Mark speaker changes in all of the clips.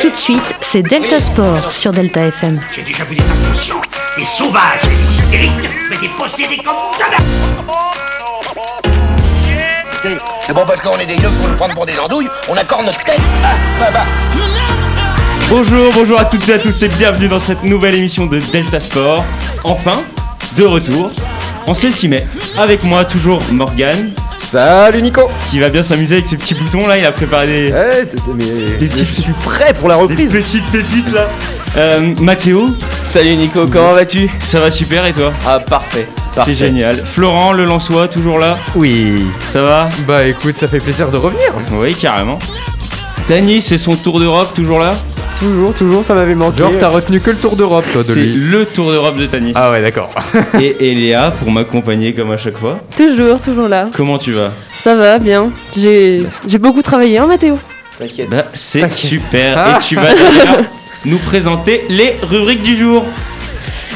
Speaker 1: Tout de suite, c'est Delta Sport sur Delta FM.
Speaker 2: J'ai déjà vu des inconscients, des sauvages, et des hystériques, mais des possédés comme jamais.
Speaker 3: Écoutez, C'est bon parce qu'on est des yeux pour nous prendre pour des andouilles, on accorde notre tête. Ah, bah, bah.
Speaker 4: Bonjour, bonjour à toutes et à tous et bienvenue dans cette nouvelle émission de Delta Sport. Enfin, de retour, on se s'y met. Avec moi toujours Morgane,
Speaker 5: Salut Nico
Speaker 4: qui va bien s'amuser avec ses petits boutons là, il a préparé des,
Speaker 5: Eh, t- t- mais, mais
Speaker 4: petits-
Speaker 5: je suis prêt pour la
Speaker 4: des
Speaker 5: reprise
Speaker 4: petites pépites là. Euh, Mathéo,
Speaker 6: Salut Nico, comment vas-tu
Speaker 4: ça va super et toi
Speaker 6: Ah parfait, parfait.
Speaker 4: C'est génial. Florent, le Lançois, toujours là
Speaker 6: Oui.
Speaker 4: Ça va
Speaker 6: Bah écoute, ça fait plaisir de revenir.
Speaker 4: Oui, carrément. Tani, c'est son tour d'Europe, toujours là
Speaker 7: Toujours, toujours, ça m'avait manqué.
Speaker 6: hein. Genre t'as retenu que le tour d'Europe toi de
Speaker 4: C'est
Speaker 6: lui.
Speaker 4: le tour d'Europe de Tani.
Speaker 6: Ah ouais d'accord.
Speaker 4: Et, et Léa, pour m'accompagner comme à chaque fois.
Speaker 8: Toujours, toujours là.
Speaker 4: Comment tu vas
Speaker 8: Ça va, bien. J'ai j'ai beaucoup travaillé, hein, Mathéo
Speaker 6: T'inquiète.
Speaker 4: Bah, c'est
Speaker 7: T'inquiète.
Speaker 4: super.
Speaker 6: Ah.
Speaker 4: Et tu vas d'ailleurs nous présenter les rubriques du jour.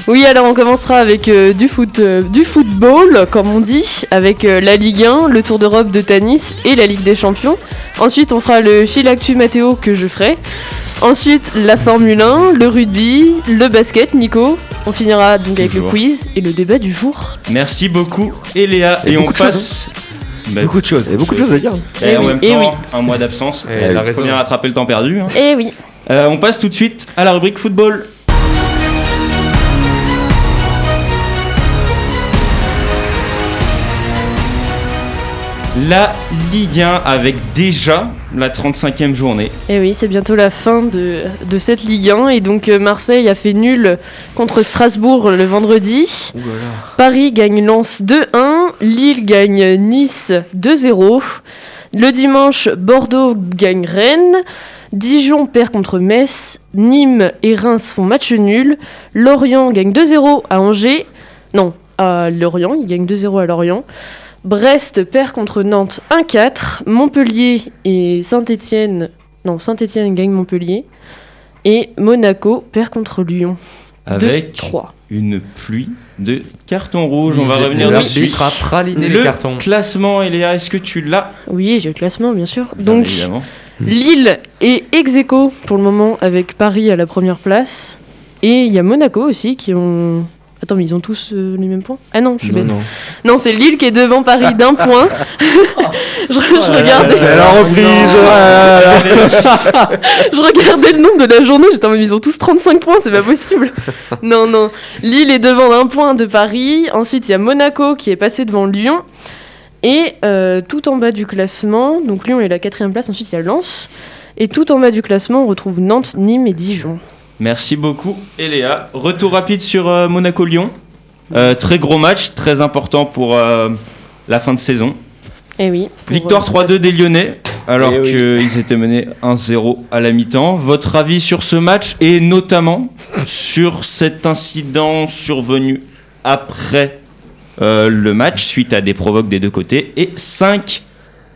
Speaker 8: Oui, alors on commencera avec euh, du foot, euh, du football, comme on dit, avec euh, la Ligue 1, le Tour d'Europe de Tanis et la Ligue des Champions. Ensuite, on fera le fil actu Mathéo que je ferai. Ensuite, la Formule 1, le rugby, le basket, Nico. On finira donc avec
Speaker 4: Toujours.
Speaker 8: le quiz et le débat du jour.
Speaker 4: Merci beaucoup, et Léa.
Speaker 5: Il y a
Speaker 4: Et on
Speaker 5: beaucoup de hein.
Speaker 4: passe. Bah,
Speaker 5: Beaucoup de choses, il y a beaucoup de choses à dire.
Speaker 4: et
Speaker 8: Eh
Speaker 4: en
Speaker 8: oui,
Speaker 4: même
Speaker 8: eh
Speaker 4: temps, un mois d'absence.
Speaker 6: Eh, elle a raison.
Speaker 4: Première attraper le temps perdu. hein.
Speaker 8: Eh oui.
Speaker 4: Euh, on passe tout de suite à la rubrique football. La Ligue 1 avec déjà la 35e journée.
Speaker 8: Et Eh oui, c'est bientôt la fin de, de cette Ligue 1 et donc euh, Marseille a fait nul contre Strasbourg le vendredi. Paris gagne Lens 2-1, Lille gagne Nice 2-0. Le dimanche, Bordeaux gagne Rennes, Dijon perd contre Metz, Nîmes et Reims font match nul, Lorient gagne 2-0 à Angers. Non, à Lorient, il gagne 2-0 à Lorient. Brest perd contre Nantes 1-4, Montpellier et Saint-Étienne non, Saint-Etienne gagne Montpellier. Et Monaco perd contre Lyon.
Speaker 4: Avec
Speaker 8: 3.
Speaker 4: une pluie de cartons rouges. On va
Speaker 6: Ils-
Speaker 4: revenir dessus.
Speaker 6: L'arbitre a praliné
Speaker 4: Le
Speaker 6: les cartons.
Speaker 4: classement, Eléa, est-ce que tu l'as
Speaker 8: Oui, j'ai le classement, bien sûr.
Speaker 4: Bien
Speaker 8: Donc,
Speaker 4: évidemment.
Speaker 8: Hmm. Lille est ex aequo pour le moment avec Paris à la première place. Et il y a Monaco aussi qui ont. Attends, mais ils ont tous euh, les mêmes points Ah non, je suis bête. Non, Ah. c'est Lille qui est devant Paris d'un point. je, je
Speaker 4: Oh là
Speaker 8: regardais,
Speaker 4: là
Speaker 5: C'est la reprise ah là là là.
Speaker 8: je regardais le nombre de la journée, j'étais en mode ils ont tous 35 points, c'est pas possible. non, non. Lille est devant d'un point de Paris. Ensuite, il y a Monaco qui est passé devant Lyon. Et euh, tout en bas du classement, donc Lyon est la quatrième place, ensuite il y a Lens. Et tout en bas du classement, on retrouve Nantes, Nîmes et Dijon.
Speaker 4: Merci beaucoup, Eléa. Retour rapide sur euh, Monaco-Lyon. Euh, très gros match, très important pour euh, la fin de saison.
Speaker 8: Et oui. pour,
Speaker 4: Victoire
Speaker 8: euh,
Speaker 4: 3-2 des Lyonnais, alors
Speaker 6: Eh oui.
Speaker 4: qu'ils étaient menés 1-0 à la mi-temps. Votre avis sur ce match et notamment sur cet incident survenu après euh, le match, suite à des provoques des deux côtés, et 5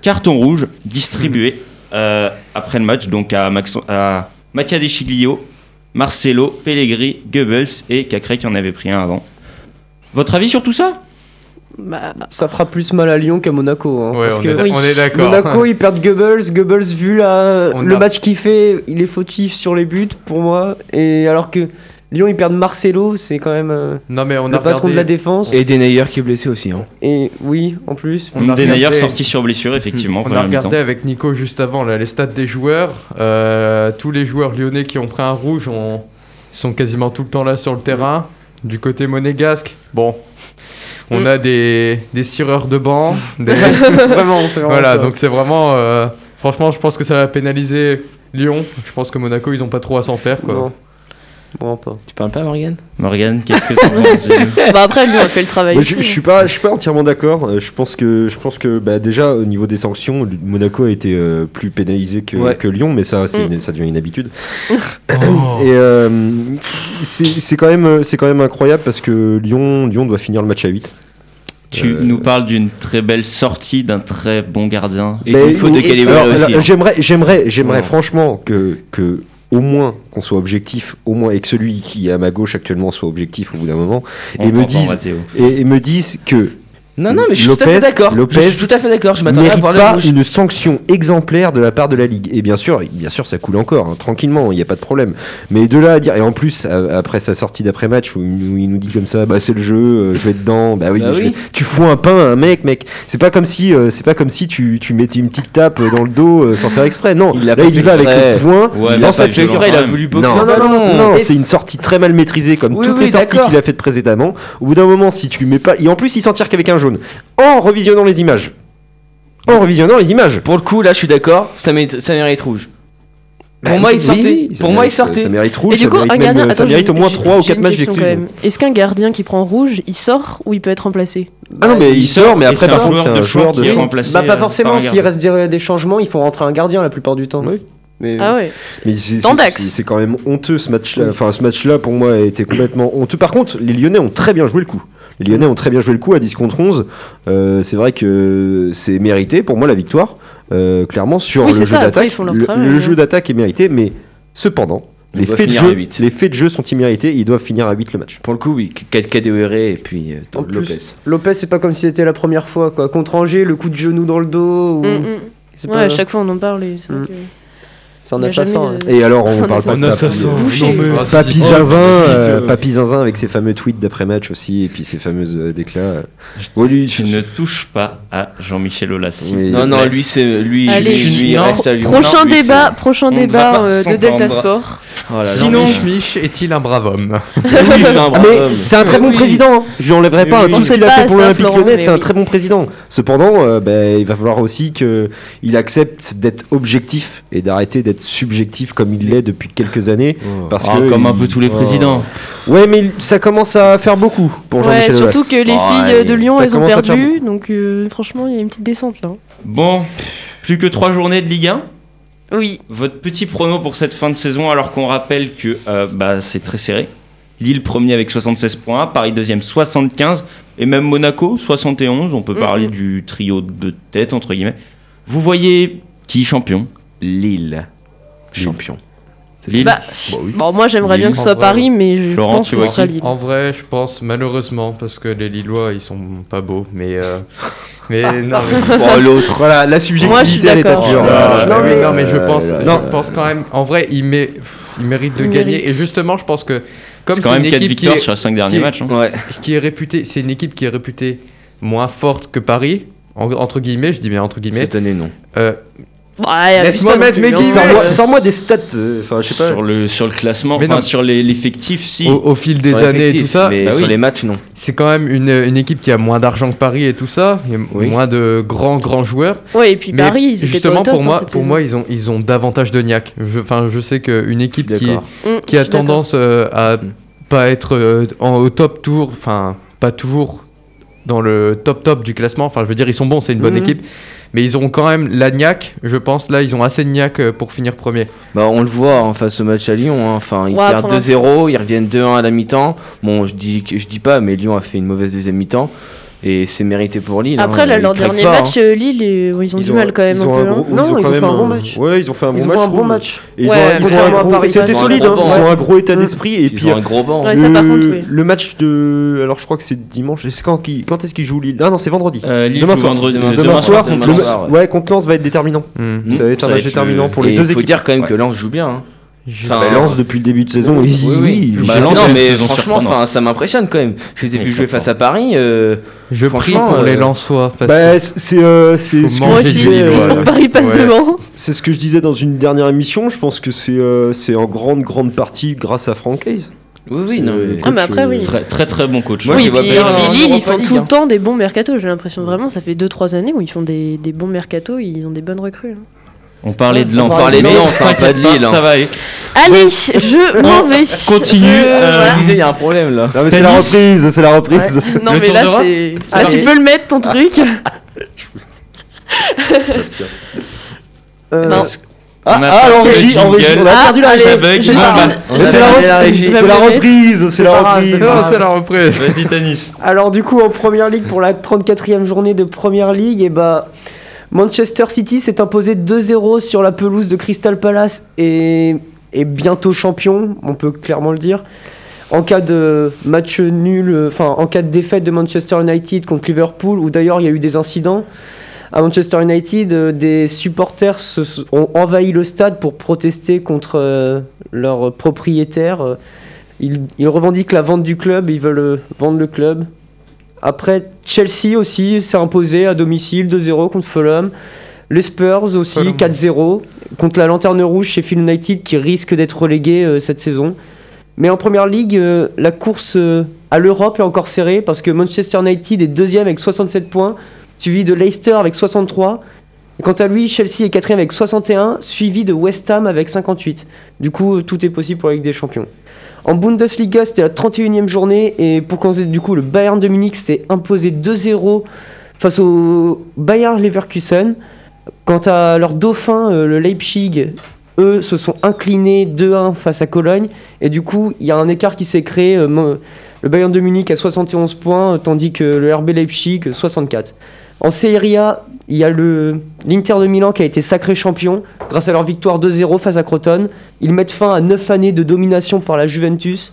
Speaker 4: cartons rouges distribués euh, après le match, donc à, Max à Mattia Deschiglio, Marcelo, Pellegrini, Goebbels et Cacré qui en avait pris un avant. Votre avis sur tout ça
Speaker 8: bah,
Speaker 7: Ça fera plus mal à Lyon qu'à Monaco. hein,
Speaker 6: Ouais,
Speaker 7: parce
Speaker 6: on,
Speaker 7: que
Speaker 6: est, d'a-
Speaker 8: oui.
Speaker 6: on est d'accord.
Speaker 7: Monaco, ils perdent Goebbels. Goebbels, vu la,
Speaker 6: On
Speaker 7: le
Speaker 6: a-
Speaker 7: match qu'il fait, il est fautif sur les buts pour moi. Et alors que Lyon, ils perdent Marcelo, c'est quand même euh,
Speaker 6: Non mais on a
Speaker 7: le patron
Speaker 6: regardé.
Speaker 7: de la défense. Et,
Speaker 9: Et Denayer qui est blessé aussi. Hein.
Speaker 7: oui, en plus.
Speaker 6: On a
Speaker 4: Des Nayers
Speaker 6: regardé-
Speaker 4: sorti sur blessure, effectivement.
Speaker 6: On
Speaker 4: pendant
Speaker 6: a
Speaker 4: la mi-temps.
Speaker 6: regardé avec Nico juste avant là, les stats des joueurs. Euh, tous les joueurs lyonnais qui ont pris un rouge ont- sont quasiment tout le temps là sur le terrain. Du côté monégasque, bon, on
Speaker 8: Mm.
Speaker 6: a des, des cireurs de banc. des-
Speaker 7: vraiment, c'est vraiment
Speaker 6: voilà,
Speaker 7: ça.
Speaker 6: donc c'est vraiment. euh, franchement, je pense que ça va pénaliser Lyon. Je pense que Monaco, ils ont pas trop à s'en faire. Quoi.
Speaker 7: Non. Vraiment pas.
Speaker 9: Tu parles pas, Morgan
Speaker 4: Morgane, qu'est-ce que t'en penses
Speaker 8: bah après, Lyon a fait le travail.
Speaker 5: Moi,
Speaker 8: aussi,
Speaker 5: je, je suis pas, je suis pas entièrement d'accord. Euh, Je pense que, je pense que, bah, déjà au niveau des sanctions, Monaco a été euh, plus pénalisé que,
Speaker 9: Ouais.
Speaker 5: que Lyon, mais ça, c'est
Speaker 8: Mm.
Speaker 5: une- ça devient une habitude. Et euh, c'est c'est quand même, c'est quand même incroyable parce que Lyon, Lyon doit finir le match à 8
Speaker 4: Tu
Speaker 5: Euh,
Speaker 4: nous parles d'une très belle sortie, d'un très bon gardien. Et
Speaker 5: Mais
Speaker 4: il faut
Speaker 5: oui,
Speaker 4: de calibre
Speaker 5: alors,
Speaker 4: aussi. hein.
Speaker 5: alors, J'aimerais, j'aimerais, j'aimerais
Speaker 4: Non.
Speaker 5: franchement que, que au moins qu'on soit objectif, au moins et que celui qui est à ma gauche actuellement soit objectif au bout d'un moment,
Speaker 4: On
Speaker 5: et me
Speaker 4: t'entend,
Speaker 5: dise-
Speaker 4: Mathéo.
Speaker 5: et, et me disent que
Speaker 9: Non, non, mais je suis tout à
Speaker 7: Lopez-
Speaker 9: fait d'accord.
Speaker 7: Lopez
Speaker 9: je suis tout à fait d'accord. Je m'attendais à
Speaker 7: mérite
Speaker 9: voir
Speaker 7: pas
Speaker 9: la rouge.
Speaker 7: une sanction exemplaire de la part de la ligue. Et bien sûr, bien sûr, ça coule encore hein, tranquillement, il n'y a pas de problème. Mais de là à dire et en plus a- après sa sortie d'après match où, il nous- il nous dit comme ça, bah c'est le jeu, euh, je vais dedans, bah oui,
Speaker 9: Bah
Speaker 7: mais je
Speaker 9: oui.
Speaker 7: vais- tu fous un pain à un mec, mec. C'est pas comme si, euh, c'est pas comme si tu, tu mettais une petite tape dans le dos euh, sans faire exprès. Non,
Speaker 9: Il l'a
Speaker 7: là
Speaker 9: pas
Speaker 7: il y
Speaker 9: fait
Speaker 7: va avec
Speaker 9: exprès.
Speaker 7: le poing.
Speaker 4: Ouais, mais
Speaker 7: dans
Speaker 4: pas
Speaker 7: sa
Speaker 4: fait
Speaker 7: figure.
Speaker 4: exprès,
Speaker 9: il a voulu boxer.
Speaker 7: Non,
Speaker 9: un
Speaker 7: non,
Speaker 9: ballon.
Speaker 7: non, non,
Speaker 9: Et-
Speaker 7: c'est une sortie très mal maîtrisée, comme
Speaker 9: Oui,
Speaker 7: toutes
Speaker 9: oui,
Speaker 7: les sorties
Speaker 9: d'accord.
Speaker 7: qu'il a faites précédemment. Au bout d'un moment, si tu lui mets pas, et en plus, il s'en tire qu'avec un jaune. En revisionnant les images. En revisionnant les images.
Speaker 9: Pour le coup, là, je suis d'accord. Ça mérite, ça mérite rouge. Pour moi, il
Speaker 7: Bah, oui,
Speaker 9: sortait.
Speaker 7: oui, ça
Speaker 9: Pour moi, il
Speaker 7: mérite-
Speaker 9: sortait.
Speaker 7: Ça mérite rouge.
Speaker 8: Et du
Speaker 7: ça
Speaker 8: coup,
Speaker 7: mérite
Speaker 8: un
Speaker 7: même,
Speaker 8: gardien.
Speaker 7: euh, ça
Speaker 8: attends,
Speaker 7: mérite
Speaker 8: j'ai-
Speaker 7: au moins
Speaker 8: j'ai-
Speaker 7: 3 ou
Speaker 8: j'ai
Speaker 7: 4
Speaker 8: une
Speaker 7: matchs
Speaker 8: question quand
Speaker 7: d'exclusion.
Speaker 8: même. Est-ce qu'un gardien qui prend rouge, il sort ou il peut être remplacé
Speaker 7: Ah non, mais il sort, mais
Speaker 4: Et
Speaker 7: après,
Speaker 4: c'est
Speaker 7: par
Speaker 4: un
Speaker 7: contre, c'est
Speaker 4: joueur
Speaker 7: un
Speaker 4: de
Speaker 7: joueur
Speaker 4: champ
Speaker 7: de
Speaker 4: qui est
Speaker 7: champ.
Speaker 4: remplacé,
Speaker 10: Bah,
Speaker 4: euh,
Speaker 10: pas
Speaker 4: par
Speaker 10: forcément,
Speaker 4: un
Speaker 10: s'il
Speaker 4: gardien.
Speaker 10: reste des, des changements, il faut rentrer un gardien la plupart du temps.
Speaker 7: Oui.
Speaker 10: Mais,
Speaker 8: Ah ouais.
Speaker 7: Mais c'est- c'est-
Speaker 8: Tandax.
Speaker 7: c'est c'est quand même honteux ce match-là. Enfin, ce match-là pour moi a été complètement honteux. Par contre, les Lyonnais ont très bien joué le coup. Les Lyonnais ont très bien joué le coup à 10 contre 11. Euh, c'est vrai que c'est mérité pour moi la victoire. Euh, clairement, sur
Speaker 8: Oui,
Speaker 7: le
Speaker 8: c'est
Speaker 7: jeu
Speaker 8: ça, après, ils
Speaker 7: d'attaque,
Speaker 8: font leur
Speaker 7: le,
Speaker 8: travail, hein.
Speaker 7: le
Speaker 8: ouais.
Speaker 7: jeu d'attaque est mérité, mais cependant,
Speaker 9: On
Speaker 7: les
Speaker 9: doit
Speaker 7: faits, de
Speaker 9: finir à
Speaker 7: jeu,
Speaker 9: huit.
Speaker 7: les faits de jeu sont immérités. Ils doivent finir à 8 le match.
Speaker 9: Pour le coup, oui. KDOR et puis euh,
Speaker 10: En
Speaker 9: Lopez.
Speaker 10: plus, Lopez, c'est pas comme si c'était la première fois. quoi. Contre Angers, le coup de genou dans le dos. Ou...
Speaker 8: Mm, mm.
Speaker 10: C'est
Speaker 8: Ouais,
Speaker 10: pas-
Speaker 8: à chaque fois on en parle. et c'est vrai
Speaker 10: Mm.
Speaker 8: que
Speaker 10: c'est un
Speaker 8: il y a jamais
Speaker 10: assassin. hein.
Speaker 8: de-
Speaker 7: Et alors, on
Speaker 8: On
Speaker 7: parle
Speaker 8: est
Speaker 7: pas de
Speaker 8: pas-
Speaker 7: Papi, euh,
Speaker 8: Boucher.
Speaker 6: Ah, si,
Speaker 7: Papi
Speaker 6: si, si.
Speaker 7: Zinzin,
Speaker 6: Oh,
Speaker 7: euh,
Speaker 6: zut, euh.
Speaker 7: Papi Zinzin avec ses fameux tweets d'après-match aussi, et puis ses fameuses euh, déclats. euh. Bon, lui,
Speaker 4: Tu ne touches pas à Jean-Michel Aulas. s'il
Speaker 7: Oui.
Speaker 4: te
Speaker 9: Non, non,
Speaker 4: plaît.
Speaker 9: lui, c'est lui,
Speaker 8: Allez.
Speaker 9: lui, lui, il
Speaker 4: Non.
Speaker 9: reste à lui.
Speaker 8: Prochain
Speaker 4: lui,
Speaker 8: débat,
Speaker 4: c'est-
Speaker 8: prochain
Speaker 4: on ne va pas
Speaker 8: débat euh, de
Speaker 4: s'entendre.
Speaker 8: Delta Sport.
Speaker 9: Oh là là.
Speaker 4: Sinon-
Speaker 6: Mich Mich est-il un brave homme
Speaker 9: oui, c'est un brave
Speaker 7: Ah, Mais
Speaker 9: homme.
Speaker 7: c'est un très
Speaker 9: Mais
Speaker 7: bon
Speaker 9: oui.
Speaker 7: président. hein. Je lui enlèverai
Speaker 9: Mais
Speaker 7: pas hein,
Speaker 9: oui.
Speaker 7: tout
Speaker 8: On
Speaker 7: ce
Speaker 8: sait
Speaker 7: qu'il a
Speaker 8: pas
Speaker 7: fait pour
Speaker 8: ça,
Speaker 7: l'Olympique
Speaker 8: Florent,
Speaker 7: Lyonnais.
Speaker 8: mais
Speaker 7: C'est un
Speaker 8: oui.
Speaker 7: très bon président. Cependant, euh, ben, il va falloir aussi que il accepte d'être objectif et d'arrêter d'être subjectif comme il l'est depuis quelques années. Parce
Speaker 4: Ah,
Speaker 7: que
Speaker 4: comme un
Speaker 7: il-
Speaker 4: peu tous les
Speaker 7: Oh.
Speaker 4: présidents.
Speaker 7: Ouais, mais il- ça commence à faire beaucoup pour
Speaker 8: ouais,
Speaker 7: Jean-Michel Aulas.
Speaker 8: surtout que les
Speaker 7: Ouais,
Speaker 8: filles de Lyon,
Speaker 7: ça
Speaker 8: elles ont
Speaker 7: commence à faire
Speaker 8: perdu, donc euh, franchement, il y a une petite descente là.
Speaker 4: Bon, plus que trois journées de Ligue 1.
Speaker 8: Oui.
Speaker 4: Votre petit prono pour cette fin de saison, alors qu'on rappelle que euh, bah, c'est très serré. Lille premier avec 76 points, Paris deuxième 75, et même Monaco 71. On peut
Speaker 8: Mhm.
Speaker 4: parler du trio de tête, entre guillemets. Vous voyez qui champion Lille.
Speaker 9: Champion.
Speaker 4: Lille.
Speaker 8: Bah, Bon, moi j'aimerais
Speaker 4: Lille,
Speaker 8: bien que ce soit
Speaker 6: en vrai,
Speaker 8: Paris, mais je
Speaker 4: Florent,
Speaker 8: pense
Speaker 4: tu
Speaker 8: que
Speaker 4: vois
Speaker 8: ce sera
Speaker 4: qui
Speaker 8: Lille.
Speaker 6: En vrai, je pense malheureusement parce que les Lillois ils sont pas beaux, mais euh, mais non. mais-
Speaker 7: Bon, l'autre, voilà, la subjectivité à l'état
Speaker 8: d'accord.
Speaker 7: pur.
Speaker 8: Oh
Speaker 6: Ah,
Speaker 7: là.
Speaker 6: non, mais,
Speaker 7: Euh,
Speaker 6: non, mais je pense,
Speaker 7: là,
Speaker 6: je
Speaker 7: là,
Speaker 6: pense quand même. En vrai, il, mé- il mérite de
Speaker 8: Il
Speaker 6: gagner.
Speaker 8: mérite.
Speaker 6: Et justement, je pense que comme
Speaker 4: C'est quand
Speaker 6: c'est une
Speaker 4: même 4
Speaker 6: équipe qui
Speaker 4: victoires
Speaker 6: est,
Speaker 4: sur les 5 derniers
Speaker 6: qui-
Speaker 4: matchs. hein.
Speaker 9: Ouais.
Speaker 6: qui est réputée, c'est une équipe qui est réputée moins forte que Paris, en- entre guillemets. Je dis bien entre guillemets.
Speaker 9: Cette année, non.
Speaker 6: Euh,
Speaker 8: Ouais,
Speaker 7: Laisse-moi
Speaker 8: abuse pas
Speaker 7: mettre
Speaker 8: non plus,
Speaker 7: mes
Speaker 8: hein.
Speaker 7: guillemets. Sors-moi- Sors-moi des stats. euh, Enfin, je sais pas.
Speaker 4: Sur, le, sur le classement,
Speaker 6: Mais
Speaker 4: enfin,
Speaker 6: non.
Speaker 4: sur les- l'effectif, si.
Speaker 6: au, au fil des
Speaker 9: Sur
Speaker 6: années et
Speaker 9: l'effectif,
Speaker 6: tout ça,
Speaker 9: Mais
Speaker 4: bah
Speaker 9: sur
Speaker 4: oui.
Speaker 9: les matchs, non.
Speaker 6: c'est quand même une, une équipe qui a moins d'argent que Paris et tout ça, et
Speaker 9: Oui.
Speaker 6: moins de grands grands joueurs.
Speaker 8: Ouais, et puis
Speaker 6: Mais
Speaker 8: Paris, ils étaient pas
Speaker 6: justement
Speaker 8: au top,
Speaker 6: pour
Speaker 8: hein,
Speaker 6: moi,
Speaker 8: cette
Speaker 6: pour
Speaker 8: saison.
Speaker 6: moi ils ont ils ont davantage de niaque. Je- Enfin, je, sais qu'une équipe qui,
Speaker 9: D'accord.
Speaker 8: Mm, je
Speaker 6: qui a
Speaker 8: suis d'accord.
Speaker 6: tendance euh, à pas être euh, en, au top tour, enfin pas toujours dans le top top du classement. Enfin, je veux dire, ils sont bons, c'est une bonne
Speaker 7: Mhm.
Speaker 6: équipe, mais ils ont quand même la niaque. Je pense là, ils ont assez de niaque euh, pour finir premier.
Speaker 9: Bah, on le voit en face au match à Lyon. hein. Enfin, ils
Speaker 8: Ouais, pour
Speaker 9: perdent 2-0, ils reviennent 2-1 à la mi-temps. Bon, je dis, je dis pas, mais Lyon a fait une mauvaise deuxième mi-temps. Et c'est mérité pour Lille.
Speaker 8: Après,
Speaker 9: hein.
Speaker 8: là,
Speaker 9: Ils
Speaker 8: leur
Speaker 9: craquent
Speaker 8: dernier
Speaker 9: pas, hein.
Speaker 8: match, euh, Lille, et- ouais, ils ont du mal quand même un
Speaker 7: ils ont
Speaker 8: peu.
Speaker 7: un gros-
Speaker 8: hein.
Speaker 10: Non, ils ont
Speaker 7: quand
Speaker 10: fait
Speaker 7: même
Speaker 10: un bon match.
Speaker 7: Ouais, ils ont fait un bon
Speaker 10: Ils ont
Speaker 7: match.
Speaker 10: fait un
Speaker 7: je
Speaker 10: bon
Speaker 7: trouve.
Speaker 10: match.
Speaker 7: Et ils ont-
Speaker 8: Ouais,
Speaker 7: ils ont un
Speaker 10: contrairement à
Speaker 7: gros-
Speaker 10: Paris,
Speaker 7: C'était
Speaker 10: ils ont un
Speaker 7: solide.
Speaker 9: gros
Speaker 7: hein. Ils
Speaker 9: banc.
Speaker 7: ont un gros état
Speaker 10: Mm.
Speaker 7: d'esprit. Et
Speaker 9: Ils
Speaker 7: puis
Speaker 9: ont un gros banc. hein.
Speaker 8: Ouais, ça, par contre, oui.
Speaker 7: le match de. Alors je crois que c'est dimanche. C'est quand, qui- quand est-ce qu'ils jouent Lille Ah non, c'est vendredi.
Speaker 4: Euh, Lille
Speaker 7: demain
Speaker 4: joue
Speaker 7: soir.
Speaker 4: vendredi-
Speaker 9: Demain
Speaker 7: Demain, soir,
Speaker 9: demain
Speaker 7: le-
Speaker 9: soir, ouais.
Speaker 7: ouais. contre Lens va être déterminant.
Speaker 6: Mhm.
Speaker 7: Ça va être
Speaker 4: Hmm. Ça va
Speaker 7: un match
Speaker 4: être euh, le-
Speaker 7: déterminant pour
Speaker 9: Et
Speaker 7: les
Speaker 9: il
Speaker 7: deux
Speaker 9: faut
Speaker 7: équipes.
Speaker 9: dire quand même que
Speaker 4: Ouais.
Speaker 9: Lens joue bien. hein.
Speaker 6: Je-
Speaker 7: Enfin, Bah, Lens depuis le début de saison, oui,
Speaker 9: Oui, oui.
Speaker 7: oui,
Speaker 4: Bah,
Speaker 7: je-
Speaker 4: Lens,
Speaker 9: non,
Speaker 4: c'est
Speaker 9: mais
Speaker 4: une saison
Speaker 9: franchement,
Speaker 4: surprenante.
Speaker 9: enfin, ça m'impressionne quand même. Je les ai
Speaker 4: Oui,
Speaker 9: vus jouer
Speaker 4: franchement.
Speaker 9: face à Paris. euh,
Speaker 6: Je prie
Speaker 9: Franchement,
Speaker 6: pour les
Speaker 9: euh,
Speaker 6: Lensois. parce
Speaker 7: Bah, c'est euh, c'est
Speaker 6: Faut
Speaker 7: ce, que
Speaker 8: Moi
Speaker 6: manger
Speaker 7: je
Speaker 8: aussi,
Speaker 6: du
Speaker 7: disais,
Speaker 6: Lille,
Speaker 8: juste
Speaker 7: euh,
Speaker 8: pour que Paris passe
Speaker 6: Ouais.
Speaker 8: devant.
Speaker 7: c'est ce que je disais dans une dernière émission. Je pense que c'est euh, c'est en grande grande partie grâce à Franck Hayes.
Speaker 9: Oui,
Speaker 7: C'est
Speaker 9: oui, non.
Speaker 7: le
Speaker 9: mais-
Speaker 8: Ah, mais
Speaker 7: coach,
Speaker 8: après,
Speaker 7: euh,
Speaker 8: oui.
Speaker 4: Très, très très bon coach.
Speaker 9: Moi, je
Speaker 8: oui, et
Speaker 9: les vois
Speaker 8: puis,
Speaker 9: bien
Speaker 8: et puis
Speaker 9: en
Speaker 8: Lille, ils
Speaker 9: Europa
Speaker 8: font
Speaker 9: League,
Speaker 8: tout le
Speaker 9: hein.
Speaker 8: temps des bons mercatos. J'ai l'impression vraiment, ça fait 2-3 années où ils font des, des bons mercatos, ils ont des bonnes recrues. hein.
Speaker 4: On parlait de Lens.
Speaker 9: On parlait de
Speaker 4: Mais
Speaker 9: Lens, hein,
Speaker 4: t'inquiète
Speaker 9: pas de Lille, hein.
Speaker 4: Ça va aller.
Speaker 8: Allez, je m'en vais.
Speaker 4: Continue,
Speaker 8: Je-
Speaker 4: euh,
Speaker 8: voilà.
Speaker 9: Tu sais, Il y a un problème là.
Speaker 7: Non mais
Speaker 4: Tennis.
Speaker 7: c'est la reprise, c'est la reprise.
Speaker 8: Non,
Speaker 4: Le
Speaker 8: mais
Speaker 4: tour
Speaker 8: là,
Speaker 4: d'Europe
Speaker 8: c'est. Ah,
Speaker 9: parti.
Speaker 8: tu peux le mettre ton truc
Speaker 10: Euh,
Speaker 8: Non.
Speaker 7: Ah,
Speaker 4: On a
Speaker 7: ah,
Speaker 4: pas
Speaker 7: en
Speaker 4: le
Speaker 7: régie, en régie,
Speaker 4: jingle.
Speaker 7: on a
Speaker 8: Ah,
Speaker 7: perdu la
Speaker 8: allez,
Speaker 7: régie.
Speaker 4: Ça bug.
Speaker 8: je
Speaker 4: Non,
Speaker 8: signe.
Speaker 4: bah,
Speaker 7: Mais c'est la,
Speaker 9: Ah, la
Speaker 7: reprise,
Speaker 9: régie.
Speaker 7: c'est la
Speaker 8: Vous l'avez
Speaker 7: reprise, c'est la
Speaker 10: pas grave,
Speaker 7: reprise.
Speaker 10: c'est pas
Speaker 6: que-
Speaker 10: grave.
Speaker 6: Non, c'est la reprise.
Speaker 4: Vas-y, Tanis.
Speaker 10: Alors du coup en première ligue pour la 34e journée de première
Speaker 7: eh
Speaker 10: ligue et
Speaker 7: ben,
Speaker 10: bah Manchester City s'est imposé 2-0 sur la pelouse de Crystal Palace et est bientôt champion, on peut clairement le dire.
Speaker 7: en cas de match nul, euh, enfin en cas de défaite de Manchester United contre Liverpool, où d'ailleurs il y a eu des incidents. À Manchester United, euh, des supporters se s- ont envahi le stade pour protester contre euh, leur propriétaire. Euh, Ils, ils revendiquent la vente du club, ils veulent euh, vendre le club. Après, Chelsea aussi s'est imposé à domicile 2-0 contre Fulham. Les Spurs aussi
Speaker 6: Fulham.
Speaker 7: 4-0 contre la Lanterne Rouge Sheffield United qui risque d'être relégué euh, cette saison. Mais en première ligue, euh, la course euh, à l'Europe est encore serrée parce que Manchester United est deuxième avec 67 points, suivi de Leicester avec 63. Et quant à lui, Chelsea est quatrième avec 61, suivi de West Ham avec 58. Du coup, euh, tout est possible pour la Ligue des Champions. En Bundesliga, c'était la 31e journée et pour commencer, du coup, le Bayern de Munich s'est imposé 2-0 face au Bayern Leverkusen. Quant à leur dauphin, euh, le Leipzig, eux se sont inclinés 2-1 face à Cologne et du coup, il y a un écart qui s'est créé. euh, mo- le Bayern de Munich à 71 points, euh, tandis que le RB Leipzig euh, 64. En Serie A, il y a le l'Inter de Milan qui a été sacré champion grâce à leur victoire 2-0 face à Crotone. Ils mettent fin à 9 années de domination par la Juventus.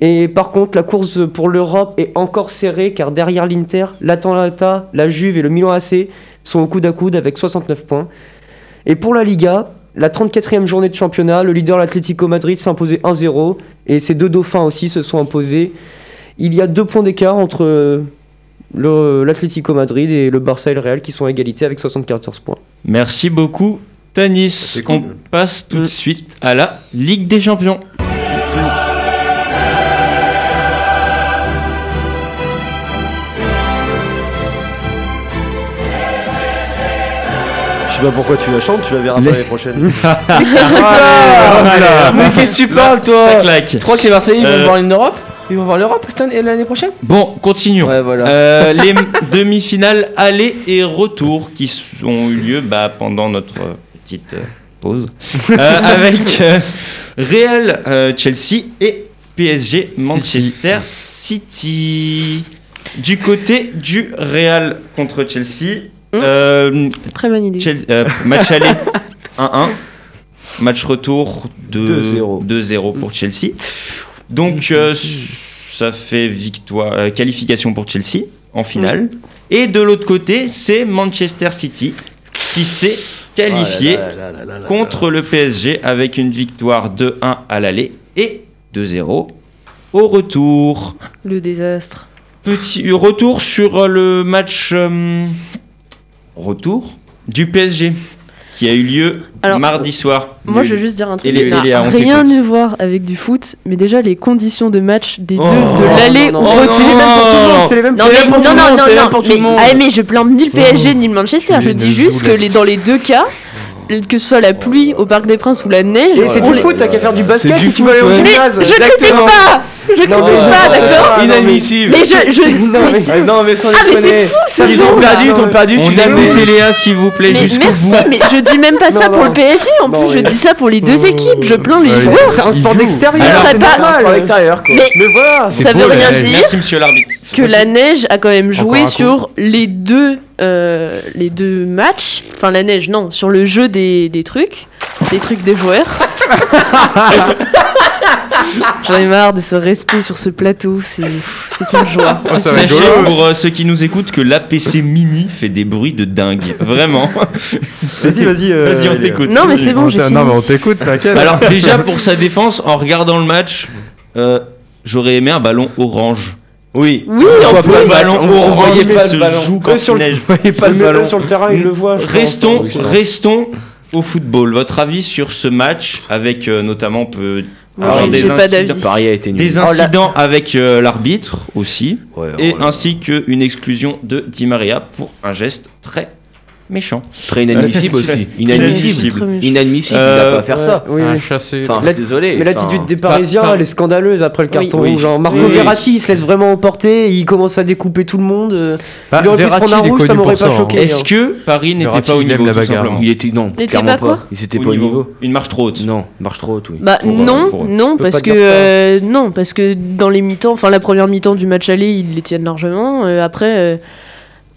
Speaker 7: Et par contre, la course pour l'Europe est encore serrée car derrière l'Inter, l'Atalanta, la Juve et le Milan AC sont au coude à coude avec 69 points. Et pour la Liga, la 34e journée de championnat, le leader l'Atlético Madrid s'est imposé 1-0 et ses deux dauphins aussi se sont imposés. Il y a deux points d'écart entre euh, le- l'Atlético Madrid et le Barça et le Real qui sont à égalité avec 74 points.
Speaker 4: Merci beaucoup, Tanis.
Speaker 5: C'est cool.
Speaker 4: On passe tout de suite à la Ligue des Champions.
Speaker 5: Je sais pas pourquoi tu la chantes, tu la verras
Speaker 4: Les-
Speaker 5: pas l'année prochaine.
Speaker 9: Mais qu'est-ce que tu parles, toi
Speaker 4: Ça claque.
Speaker 9: Tu crois que les Marseillais ils
Speaker 4: Euh.
Speaker 9: vont voir l'Europe Ils vont voir l'Europe cette année- l'année prochaine
Speaker 4: Bon, continuons.
Speaker 9: Ouais, voilà.
Speaker 4: Euh, les m- demi-finales aller et retour qui s- ont eu lieu bah, pendant notre euh, petite euh, pause Euh, avec euh, Real euh, Chelsea et PSG Manchester City. Du côté du Real contre Chelsea,
Speaker 8: Hmm.
Speaker 4: euh,
Speaker 8: Très bonne idée.
Speaker 4: Chelsea- euh, match aller 1-1, match retour de
Speaker 5: 2-0.
Speaker 4: 2-0
Speaker 8: Mm.
Speaker 4: pour Chelsea. Donc euh, ça fait victoire, euh, qualification pour Chelsea en
Speaker 8: Mm.
Speaker 4: finale. Et de l'autre côté, c'est Manchester City qui s'est qualifié contre le PSG avec une victoire 2-1 à l'aller et 2-0 au retour.
Speaker 8: Le désastre.
Speaker 4: Petit retour sur euh, le match euh, retour du PSG qui a eu lieu
Speaker 8: Alors,
Speaker 4: mardi soir.
Speaker 8: Moi, je veux juste dire un truc
Speaker 4: Et les-
Speaker 8: qui n'a
Speaker 4: et les- on
Speaker 8: rien
Speaker 4: t'écoute.
Speaker 8: à voir avec du foot, mais déjà les conditions de match des
Speaker 4: Oh,
Speaker 8: deux, de l'aller
Speaker 7: non,
Speaker 8: au
Speaker 7: non,
Speaker 8: retour.
Speaker 7: C'est les mêmes
Speaker 8: Non, mais, non, non, non, non, mais, ah, mais je blâme ni le PSG ni le Manchester.
Speaker 6: Oui,
Speaker 8: je
Speaker 6: une
Speaker 8: dis juste que
Speaker 6: boulette.
Speaker 8: les, dans les deux cas, que ce soit la pluie au Parc des Princes ou la neige,
Speaker 7: Et c'est
Speaker 8: on
Speaker 7: du
Speaker 8: les-
Speaker 7: foot, t'as qu'à faire du basket
Speaker 6: C'est du
Speaker 7: si tu veux aller au
Speaker 6: foot, ouais.
Speaker 7: gymnase.
Speaker 8: Mais je critique
Speaker 7: Exactement.
Speaker 8: pas Je critique
Speaker 7: Non, mais-
Speaker 4: Euh,
Speaker 8: pas, d'accord
Speaker 7: Ah, non, mais-
Speaker 9: Inadmissible
Speaker 8: Mais je. je
Speaker 7: Non,
Speaker 8: mais
Speaker 7: mais-
Speaker 8: c'est-
Speaker 9: Ah, Non, mais sans
Speaker 8: Ah, mais
Speaker 9: déconner.
Speaker 8: c'est fou ce
Speaker 9: Ils
Speaker 8: genre
Speaker 9: ont
Speaker 8: là.
Speaker 9: perdu, ils ont perdu, tu
Speaker 4: On
Speaker 9: l'as vu.
Speaker 4: écoute Léa s'il vous plaît
Speaker 8: Mais
Speaker 4: jusqu'au
Speaker 8: merci,
Speaker 4: bout.
Speaker 8: mais je dis même pas ça
Speaker 7: Non,
Speaker 8: pour
Speaker 7: non.
Speaker 8: le PSG, en
Speaker 7: Non,
Speaker 8: plus je
Speaker 7: mais-
Speaker 8: dis ça pour les deux équipes, je plains les
Speaker 6: Ouais,
Speaker 8: joueurs.
Speaker 7: C'est un sport
Speaker 8: Ce
Speaker 7: d'extérieur.
Speaker 8: serait
Speaker 7: c'est
Speaker 8: pas-
Speaker 7: normal.
Speaker 9: Par l'extérieur, quoi.
Speaker 8: Mais
Speaker 7: Mais voilà.
Speaker 8: ça
Speaker 6: beau,
Speaker 8: veut
Speaker 6: la
Speaker 8: rien
Speaker 6: neige.
Speaker 8: dire
Speaker 4: Oh, Merci monsieur l'arbitre.
Speaker 8: que la neige a quand même
Speaker 6: un
Speaker 8: joué
Speaker 6: coup.
Speaker 8: sur les deux, euh, les deux matchs, enfin la neige, non, sur le jeu des, des trucs, des trucs des joueurs. J'en ai marre de ce respect sur ce plateau, c'est pff, c'est une joie.
Speaker 5: Oh,
Speaker 6: Ah, ça va
Speaker 4: Sachez
Speaker 6: rigoler.
Speaker 4: pour euh, ceux qui nous écoutent que l'APC mini fait des bruits de dingue. Vraiment.
Speaker 5: Vas-y, vas-y. euh,
Speaker 4: Vas-y on
Speaker 5: allez,
Speaker 4: t'écoute.
Speaker 8: Non mais c'est bon,
Speaker 6: On
Speaker 8: j'ai
Speaker 6: t'a-
Speaker 8: fini.
Speaker 6: Non, mais on t'écoute, t'inquiète.
Speaker 4: Alors déjà pour sa défense, en regardant le match, euh, j'aurais aimé un ballon orange.
Speaker 9: Oui.
Speaker 8: Oui,
Speaker 9: On
Speaker 8: en
Speaker 9: voit pas
Speaker 8: plus,
Speaker 9: le ballon, on voyait
Speaker 4: mais
Speaker 9: pas
Speaker 4: se
Speaker 9: le ballon.
Speaker 4: joue quand
Speaker 9: Eux, sur
Speaker 4: il
Speaker 9: le-
Speaker 4: neige.
Speaker 9: on voyait pas le ballon.
Speaker 7: sur le terrain, il le voit.
Speaker 4: Restons, restons au football. Votre avis sur ce match, avec euh, notamment on peut
Speaker 9: Ah,
Speaker 8: Moi,
Speaker 4: avoir
Speaker 8: j'ai-
Speaker 4: des,
Speaker 8: Ah, j'ai pas
Speaker 4: incidents,
Speaker 8: d'avis.
Speaker 9: Paris a été nul. Oh,
Speaker 4: des incidents avec euh, l'arbitre aussi,
Speaker 9: Ouais,
Speaker 4: et
Speaker 9: voilà.
Speaker 4: ainsi qu'une exclusion de Di Maria pour un geste très méchant.
Speaker 9: Très inadmissible aussi. Inadmissible.
Speaker 8: Très méchant.
Speaker 9: Inadmissible, il
Speaker 4: Euh,
Speaker 9: doit pas faire ça.
Speaker 7: Oui,
Speaker 6: Un
Speaker 7: oui.
Speaker 6: chassé.
Speaker 9: Enfin,
Speaker 7: La-
Speaker 9: désolé.
Speaker 7: Mais
Speaker 9: enfin,
Speaker 7: l'attitude des
Speaker 4: par-
Speaker 7: Parisiens,
Speaker 4: par-
Speaker 7: elle est scandaleuse après le carton
Speaker 9: Oui.
Speaker 7: rouge. hein. Marco
Speaker 9: Oui.
Speaker 7: Verratti il se laisse vraiment emporter, il commence à découper tout le monde. euh.
Speaker 6: Bah,
Speaker 7: il aurait pu se
Speaker 6: Verratti,
Speaker 7: prendre
Speaker 6: il
Speaker 7: un
Speaker 6: est
Speaker 7: rouge, ça
Speaker 6: connu
Speaker 7: m'aurait
Speaker 6: pour
Speaker 7: pas
Speaker 6: hein.
Speaker 7: choqué.
Speaker 4: Est-ce que Paris n'était
Speaker 6: Verratti,
Speaker 4: pas au
Speaker 6: il aime
Speaker 4: niveau
Speaker 6: la
Speaker 4: tout
Speaker 6: bagarre.
Speaker 4: simplement
Speaker 9: Il était non,
Speaker 8: était
Speaker 9: clairement
Speaker 8: pas quoi
Speaker 9: pas. Ils étaient pas au niveau.
Speaker 4: Une marche trop haute.
Speaker 9: Non, marche trop haute, oui.
Speaker 8: Bah
Speaker 4: Pour, euh,
Speaker 8: non,
Speaker 4: pour-
Speaker 8: non,
Speaker 7: peut
Speaker 8: parce
Speaker 7: pas
Speaker 8: que
Speaker 7: dire ça.
Speaker 8: euh, non, parce que dans les mi-temps, enfin la première mi-temps du match aller, ils les tiennent largement. euh, après, euh,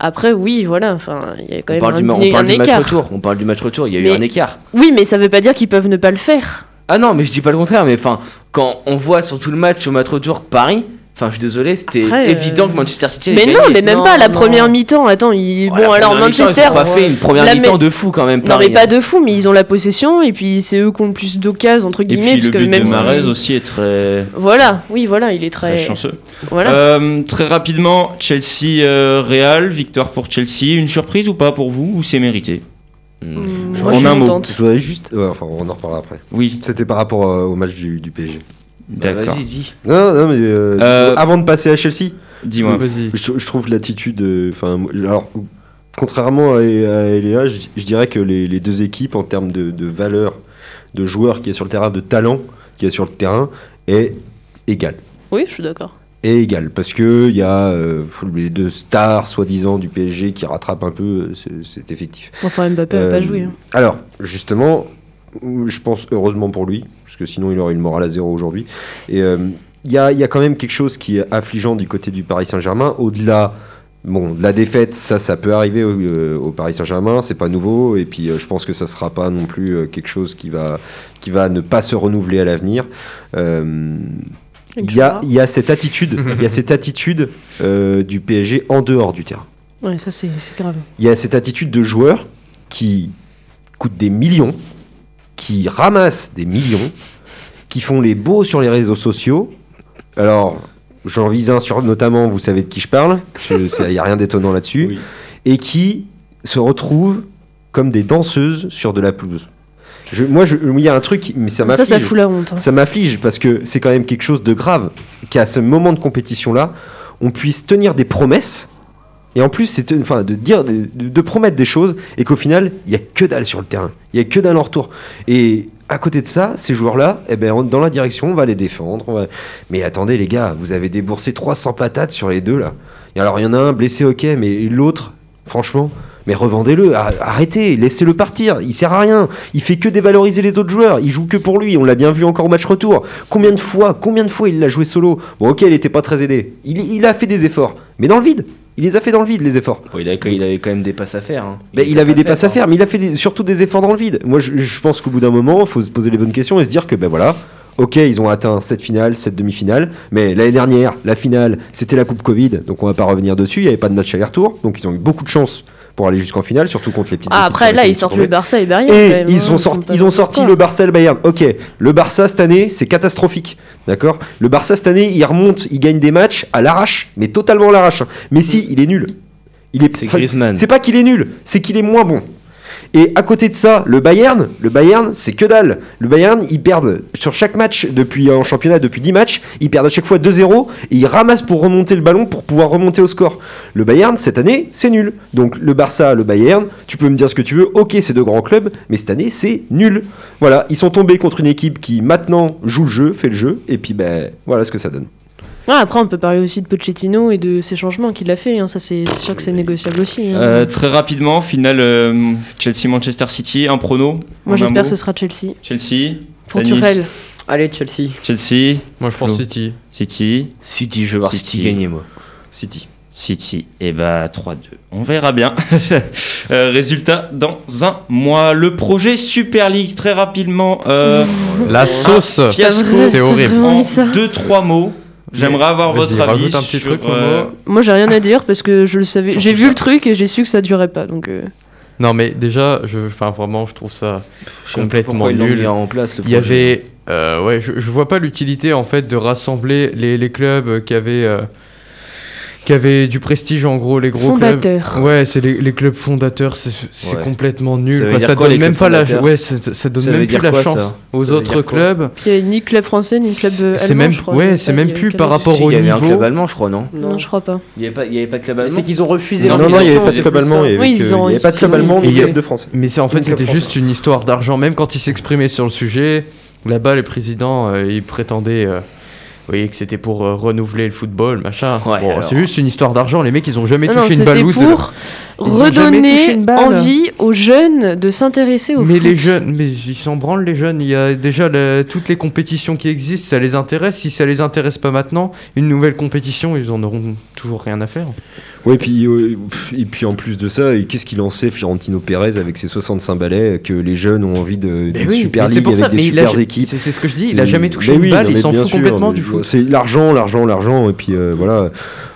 Speaker 8: après oui, voilà, enfin il y a quand
Speaker 9: On
Speaker 8: même
Speaker 9: parle,
Speaker 8: un,
Speaker 9: du, ma- on
Speaker 8: dîner-
Speaker 9: parle
Speaker 8: un
Speaker 9: du match
Speaker 8: écart.
Speaker 9: retour. On parle du match retour. Il y a eu
Speaker 8: Mais-
Speaker 9: un écart.
Speaker 8: Oui, mais ça veut pas dire qu'ils peuvent ne pas le faire.
Speaker 9: Ah non, mais je dis pas le contraire, mais enfin, quand on voit sur tout le match au Matro Tour Paris, enfin, je suis désolé, c'était
Speaker 1: Après, euh,
Speaker 9: évident que Manchester City. allait
Speaker 8: Mais non,
Speaker 9: gagner.
Speaker 8: mais même
Speaker 7: Non,
Speaker 8: pas la
Speaker 7: non.
Speaker 8: première mi-temps. Attends, ils-
Speaker 9: Ouais, la
Speaker 8: bon alors
Speaker 9: première mi-temps,
Speaker 8: Manchester.
Speaker 9: Ils ont pas fait une
Speaker 8: la
Speaker 9: première
Speaker 8: mi-
Speaker 9: mi-temps de fou quand même.
Speaker 8: Non mais
Speaker 9: Paris,
Speaker 8: pas
Speaker 9: hein.
Speaker 8: de fou, mais ils ont la possession et puis c'est eux qui ont le plus d'occasions entre
Speaker 4: Et
Speaker 8: guillemets
Speaker 4: puis le
Speaker 8: parce que
Speaker 4: but
Speaker 8: même
Speaker 4: de
Speaker 8: si-
Speaker 4: Marez aussi est très,
Speaker 8: Voilà, oui voilà, il est
Speaker 4: très
Speaker 8: très
Speaker 4: chanceux.
Speaker 8: voilà.
Speaker 4: Euh, très rapidement, Chelsea, euh, Real, victoire pour Chelsea. Une surprise ou pas pour vous ou c'est mérité
Speaker 8: Mmh,
Speaker 4: je-
Speaker 8: moi,
Speaker 4: en
Speaker 8: je suis
Speaker 4: un mot.
Speaker 8: contente.
Speaker 5: Je voudrais juste. ouais, enfin, on en reparlera après.
Speaker 4: Oui,
Speaker 5: C'était par rapport euh, au match du, du PSG.
Speaker 9: Bah,
Speaker 4: d'accord.
Speaker 9: Vas-y, dis.
Speaker 5: Non, non, mais. euh,
Speaker 4: Euh,
Speaker 5: Avant de passer à Chelsea,
Speaker 4: Dis-moi.
Speaker 7: Mmh.
Speaker 6: Vas-y.
Speaker 5: je, je trouve l'attitude. euh, Enfin, moi, alors. Contrairement à, à LEA, je, je dirais que les, les deux équipes, en termes de, de valeur, de joueurs qui est sur le terrain, de talent qui est sur le terrain, est égale.
Speaker 8: Oui, je suis d'accord.
Speaker 5: est égal parce que il y a euh, les deux stars soi-disant du PSG qui rattrapent un peu euh, ce- cet effectif.
Speaker 8: Enfin Mbappé a
Speaker 5: Euh,
Speaker 8: pas joué. hein.
Speaker 5: Alors justement, je pense heureusement pour lui parce que sinon il aurait une morale à zéro aujourd'hui. Et euh, il y, a, il y a quand même quelque chose qui est affligeant du côté du Paris Saint-Germain au-delà. Bon, de la défaite, ça, ça peut arriver au, euh, au Paris Saint-Germain, c'est pas nouveau, et puis euh, je pense que ça sera pas non plus euh, quelque chose qui va, qui va ne pas se renouveler à l'avenir. Euh, il y, a, il y a cette attitude, il y a cette attitude euh, du PSG en dehors du terrain.
Speaker 8: Ouais, ça c'est c'est grave.
Speaker 5: Il y a cette attitude de joueurs qui coûtent des millions, qui ramassent des millions, qui font les beaux sur les réseaux sociaux. Alors, j'en vise un sur notamment, vous savez de qui je parle, il n'y a rien d'étonnant là-dessus,
Speaker 4: Oui.
Speaker 5: et qui se retrouvent comme des danseuses sur de la pelouse. Je- moi, je- il y a un truc, qui- mais ça m'a
Speaker 8: Ça ça fout la honte. hein.
Speaker 5: ça m'afflige parce que c'est quand même quelque chose de grave qu'à ce moment de compétition là, on puisse tenir des promesses et en plus c'est enfin de dire de, de promettre des choses et qu'au final il y a que dalle sur le terrain, il y a que dalle en retour. Et à côté de ça, ces joueurs là, eh ben on- dans la direction, on va les défendre. on va- Mais attendez les gars, vous avez déboursé 300 patates sur les deux là. Et alors il y en a un blessé OK, mais l'autre franchement mais revendez-le, ar- arrêtez, laissez-le partir, il sert à rien, il fait que dévaloriser les autres joueurs, il joue que pour lui, on l'a bien vu encore au match retour. Combien de fois, combien de fois il l'a joué solo Bon ok, il n'était pas très aidé, il, il a fait des efforts, mais dans le vide, il les a fait dans le vide les efforts.
Speaker 9: Bon, il, avait, il avait quand même des passes à faire. hein.
Speaker 5: Bah, il avait des passes à
Speaker 9: hein.
Speaker 5: faire, mais il a fait des- surtout des efforts dans le vide. Moi, je, je pense qu'au bout d'un moment, il faut se poser les bonnes questions et se dire que, ben voilà, ok, ils ont atteint cette finale, cette demi-finale, mais l'année dernière, la finale, c'était la Coupe Covid, donc on va pas revenir dessus, il n'y avait pas de match aller-retour, donc ils ont eu beaucoup de chance pour aller jusqu'en finale, surtout contre les petites
Speaker 8: Ah,
Speaker 5: équipes sur
Speaker 8: après là
Speaker 5: lesquelles
Speaker 8: ils sortent
Speaker 5: sont
Speaker 8: le
Speaker 5: tombés.
Speaker 8: Barça et Bayern. quand
Speaker 5: Et
Speaker 8: même, hein,
Speaker 5: ils, ont sorti,
Speaker 8: pas
Speaker 5: ils ont sorti
Speaker 8: n'importe
Speaker 5: le Barça et le Bayern. Ok, le Barça cette année, c'est catastrophique. D'accord Le Barça cette année, il remonte, il gagne des matchs à l'arrache, mais totalement à l'arrache. Mais si, il est nul. Il est,
Speaker 9: C'est
Speaker 5: enfin,
Speaker 9: Griezmann.
Speaker 5: C'est pas qu'il est nul, c'est qu'il est moins bon. Et à côté de ça, le Bayern, le Bayern, c'est que dalle. Le Bayern, ils perdent sur chaque match depuis en championnat depuis 10 matchs, ils perdent à chaque fois 2-0 et ils ramassent pour remonter le ballon pour pouvoir remonter au score. Le Bayern cette année, c'est nul. Donc le Barça, le Bayern, tu peux me dire ce que tu veux. OK, c'est deux grands clubs, mais cette année, c'est nul. Voilà, ils sont tombés contre une équipe qui maintenant joue le jeu, fait le jeu et puis ben voilà ce que ça donne.
Speaker 8: quoi. Ah, après on peut parler aussi de Pochettino et de ses changements qu'il a fait. hein. Ça c'est c'est sûr que
Speaker 5: Euh,
Speaker 8: c'est négociable aussi. hein.
Speaker 4: Euh, très rapidement, finale euh, Chelsea-Manchester City, un prono. en
Speaker 8: Moi
Speaker 4: un
Speaker 8: j'espère que
Speaker 4: mot.
Speaker 8: ce sera Chelsea
Speaker 4: Chelsea,
Speaker 8: pour
Speaker 4: Nice.
Speaker 8: Tuchel.
Speaker 7: Allez, Chelsea.
Speaker 4: Chelsea,
Speaker 6: Moi je pense
Speaker 4: Flo.
Speaker 6: City.
Speaker 4: City,
Speaker 9: City, je vais voir
Speaker 4: City.
Speaker 9: City gagner, moi.
Speaker 5: City.
Speaker 4: City. Et bah 3-2. On verra bien. Euh, résultat dans un mois. Le projet Super League, très rapidement. euh,
Speaker 6: La sauce.
Speaker 4: fiasco.
Speaker 6: C'est horrible.
Speaker 4: En
Speaker 1: mis ça.
Speaker 4: deux, trois mots. J'aimerais avoir
Speaker 6: Vas-y,
Speaker 4: votre avis.
Speaker 6: rajoute un petit
Speaker 4: sur,
Speaker 6: truc,
Speaker 4: euh,
Speaker 6: Momo.
Speaker 8: Moi j'ai rien à dire parce que je le savais.
Speaker 4: Surtout
Speaker 8: J'ai vu
Speaker 4: ça.
Speaker 8: le truc et j'ai su que ça durait pas donc. euh,
Speaker 6: Non mais déjà, je, enfin vraiment, je trouve ça
Speaker 9: Je sais pas
Speaker 6: complètement
Speaker 9: pourquoi ils l'ont
Speaker 6: nul.
Speaker 9: mis en place, le
Speaker 6: Il y
Speaker 9: projet.
Speaker 6: avait, euh, ouais, je, je vois pas l'utilité en fait de rassembler les, les clubs qui avaient, euh, qui avaient du prestige en gros, les gros
Speaker 8: Fondateurs.
Speaker 6: clubs. Ouais, c'est les, les clubs fondateurs, c'est c'est
Speaker 9: Ouais.
Speaker 6: complètement
Speaker 9: Ça
Speaker 6: nul.
Speaker 9: veut
Speaker 6: quoi.
Speaker 9: dire
Speaker 6: Ça,
Speaker 9: quoi, les
Speaker 6: donne même
Speaker 9: clubs
Speaker 6: pas la,
Speaker 9: fondateurs
Speaker 6: ouais, ça, ça donne
Speaker 9: Ça veut
Speaker 6: même plus
Speaker 9: dire
Speaker 6: la
Speaker 9: quoi,
Speaker 6: chance
Speaker 9: ça
Speaker 6: aux
Speaker 9: Ça veut
Speaker 6: autres
Speaker 9: dire quoi
Speaker 6: clubs.
Speaker 8: Il y a ni club français ni club euh, allemand.
Speaker 6: C'est même-
Speaker 8: je crois,
Speaker 6: ouais,
Speaker 8: j'ai
Speaker 6: c'est
Speaker 8: pas
Speaker 6: même
Speaker 8: vu
Speaker 6: plus
Speaker 8: quel
Speaker 6: par
Speaker 8: est-
Speaker 6: rapport
Speaker 9: Si,
Speaker 6: au
Speaker 9: il y avait un
Speaker 6: niveau-
Speaker 9: club allemand, je crois, non
Speaker 8: Non, je crois pas.
Speaker 9: Il n'y avait, pas- il y avait pas de club
Speaker 7: C'est
Speaker 9: allemand
Speaker 7: qu'ils ont refusé
Speaker 5: Non
Speaker 7: leur
Speaker 5: non, il n'y avait
Speaker 7: invitation,
Speaker 5: pas de
Speaker 7: c'est
Speaker 5: club
Speaker 7: tout ça.
Speaker 5: allemand, il y avait
Speaker 8: Oui,
Speaker 5: que-
Speaker 8: ils ont-
Speaker 5: il y avait pas de club
Speaker 8: ils ont-
Speaker 5: allemand, ni
Speaker 6: il y
Speaker 5: de
Speaker 6: a-
Speaker 5: club de France.
Speaker 6: Mais c'est en fait
Speaker 5: Une
Speaker 6: c'était
Speaker 5: club
Speaker 6: juste une histoire d'argent. Même quand ils s'exprimaient sur le sujet, là-bas les présidents euh, ils prétendaient, euh, oui, que c'était pour euh, renouveler le football, machin.
Speaker 9: Ouais,
Speaker 6: Bon,
Speaker 9: alors.
Speaker 6: c'est juste une histoire d'argent. Les mecs ils ont jamais
Speaker 8: Ah Non, non,
Speaker 6: touché une
Speaker 8: c'était
Speaker 6: balouse. de leur-
Speaker 8: pour
Speaker 6: Ils ont jamais touché
Speaker 8: redonner
Speaker 6: une balle.
Speaker 8: envie aux jeunes de s'intéresser au
Speaker 6: Mais
Speaker 8: foot.
Speaker 6: les jeunes, mais ils s'en branlent les jeunes. Il y a déjà le- toutes les compétitions qui existent, ça les intéresse. Si ça les intéresse pas maintenant, une nouvelle compétition, ils en auront toujours rien à faire.
Speaker 5: Oui, puis, euh, pff, et puis en plus de ça, et qu'est-ce qu'il en sait Fiorentino Pérez avec ses 65 balais que les jeunes ont envie de, d'une super
Speaker 6: mais c'est
Speaker 5: ligue
Speaker 6: pour
Speaker 5: avec
Speaker 6: ça,
Speaker 5: des
Speaker 6: mais il a
Speaker 5: super
Speaker 6: ja-
Speaker 5: équipes.
Speaker 6: C'est c'est ce que je dis, il
Speaker 5: C'est-
Speaker 6: a jamais touché
Speaker 5: Mais
Speaker 6: une
Speaker 5: oui,
Speaker 6: balle,
Speaker 5: non,
Speaker 6: il
Speaker 5: mais
Speaker 6: s'en
Speaker 5: bien
Speaker 6: fout
Speaker 5: sûr,
Speaker 6: complètement
Speaker 5: mais
Speaker 6: du
Speaker 5: je-
Speaker 6: foot.
Speaker 5: C'est l'argent, l'argent, l'argent, et puis euh, voilà.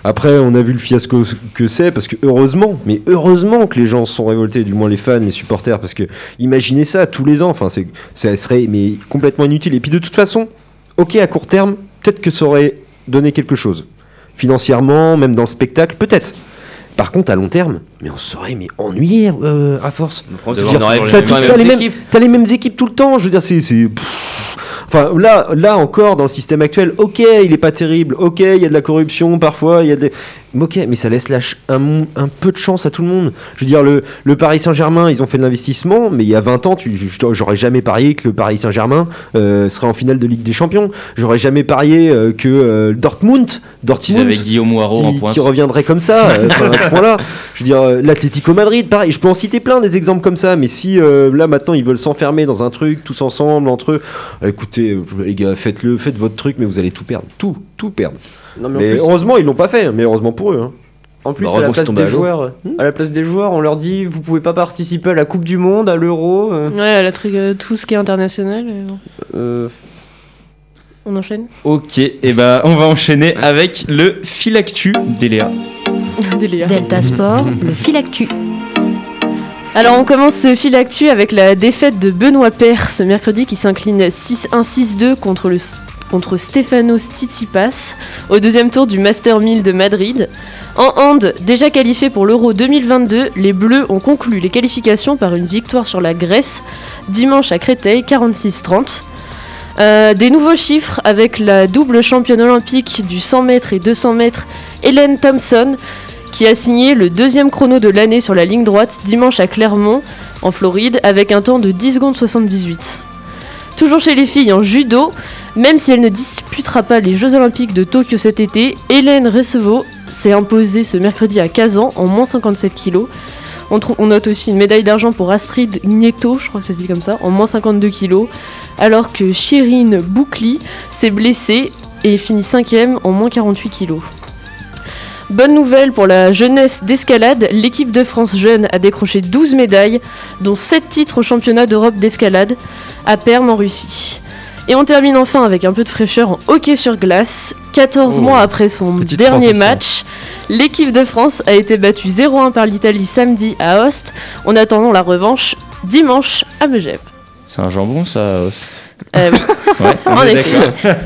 Speaker 5: Après, on a vu le fiasco que c'est, parce que heureusement, mais heureusement que les gens se sont révoltés, du moins les fans, les supporters, parce que imaginez ça tous les ans, enfin, c'est, ça serait mais complètement inutile. Et puis de toute façon, ok, à court terme, peut-être que ça aurait donné quelque chose. Financièrement, même dans le spectacle, peut-être. Par contre, à long terme, mais on serait mais ennuyé euh, à force.
Speaker 9: On
Speaker 5: Je veux dire,
Speaker 9: aurait
Speaker 5: T'as
Speaker 9: pu
Speaker 5: tout-
Speaker 9: faire
Speaker 5: t'as les
Speaker 9: une
Speaker 5: mêmes,
Speaker 9: équipe.
Speaker 5: t'as les mêmes équipes tout le temps. Je veux dire, c'est. c'est- pff. Enfin, là, là encore, dans le système actuel, ok, il est pas terrible, ok, il y a de la corruption parfois, il y a des. mais Ok, mais ça laisse la ch- un, mon- un peu de chance à tout le monde. Je veux dire, le, le Paris Saint-Germain, ils ont fait de l'investissement, mais il y a 20 ans, tu- je- j'aurais jamais parié que le Paris Saint-Germain euh, serait en finale de Ligue des Champions. J'aurais jamais parié euh, que euh, Dortmund,
Speaker 4: Ils
Speaker 5: Dortmund
Speaker 4: avaient Guillaume Moirot en
Speaker 5: qui,
Speaker 4: pointe.
Speaker 5: qui reviendrait comme ça, euh, enfin, à ce point-là. Je veux dire, euh, l'Atlético Madrid, pareil. Je peux en citer plein des exemples comme ça, mais si euh, là maintenant ils veulent s'enfermer dans un truc, tous ensemble, entre eux, euh, écoutez, euh, les gars, faites-le, faites votre truc, mais vous allez tout perdre. Tout, tout perdre.
Speaker 7: Non, mais en
Speaker 5: Mais,
Speaker 7: plus-
Speaker 5: heureusement, ils l'ont pas fait, mais heureusement pour eux. hein.
Speaker 7: En plus,
Speaker 5: Bah,
Speaker 7: à, la
Speaker 5: heureusement que
Speaker 7: place
Speaker 5: c'est tombé
Speaker 7: des
Speaker 5: à l'eau.
Speaker 7: joueurs, à la place des joueurs, on leur dit vous pouvez pas participer à la Coupe du Monde, à l'Euro. euh,
Speaker 8: Ouais, le truc, euh, tout ce qui est international. euh, bon.
Speaker 7: euh,
Speaker 8: On enchaîne
Speaker 4: Ok, et bah on va enchaîner avec le filactu d'Eléa.
Speaker 8: Délire.
Speaker 1: Delta Sport, le fil actu.
Speaker 8: Alors on commence ce fil actu avec la défaite de Benoît Paire ce mercredi qui s'incline 6-1-6-2 contre le contre Stefanos Tsitsipas au deuxième tour du Master 1000 de Madrid. En hand, déjà qualifié pour l'Euro 2022, les Bleus ont conclu les qualifications par une victoire sur la Grèce dimanche à Créteil 46-30. Euh, des nouveaux chiffres avec la double championne olympique du 100 mètres et 200 mètres Hélène Thompson qui a signé le deuxième chrono de l'année sur la ligne droite dimanche à Clermont, en Floride, avec un temps de 10 secondes 78. Toujours chez les filles en judo, même si elle ne disputera pas les Jeux Olympiques de Tokyo cet été, Hélène Receveau s'est imposée ce mercredi à Kazan en moins 57 kg. On, trou- on note aussi une médaille d'argent pour Astrid Nieto, je crois que ça se dit comme ça, en moins 52 kg, alors que Chirine Boukli s'est blessée et finit 5ème en moins 48 kg. Bonne nouvelle pour la jeunesse d'escalade, l'équipe de France jeune a décroché 12 médailles, dont 7 titres au championnat d'Europe d'escalade à Perm en Russie. Et on termine enfin avec un peu de fraîcheur en hockey sur glace. 14
Speaker 6: Oh,
Speaker 8: mois après son
Speaker 6: petite
Speaker 8: dernier
Speaker 6: transition.
Speaker 8: match, l'équipe de France a été battue 0-1 par l'Italie samedi à Host, en attendant la revanche dimanche à Megève.
Speaker 4: C'est un jambon ça, Host
Speaker 8: Euh, oui.
Speaker 4: Ouais, on
Speaker 8: En
Speaker 4: est
Speaker 8: effet.
Speaker 4: d'accord.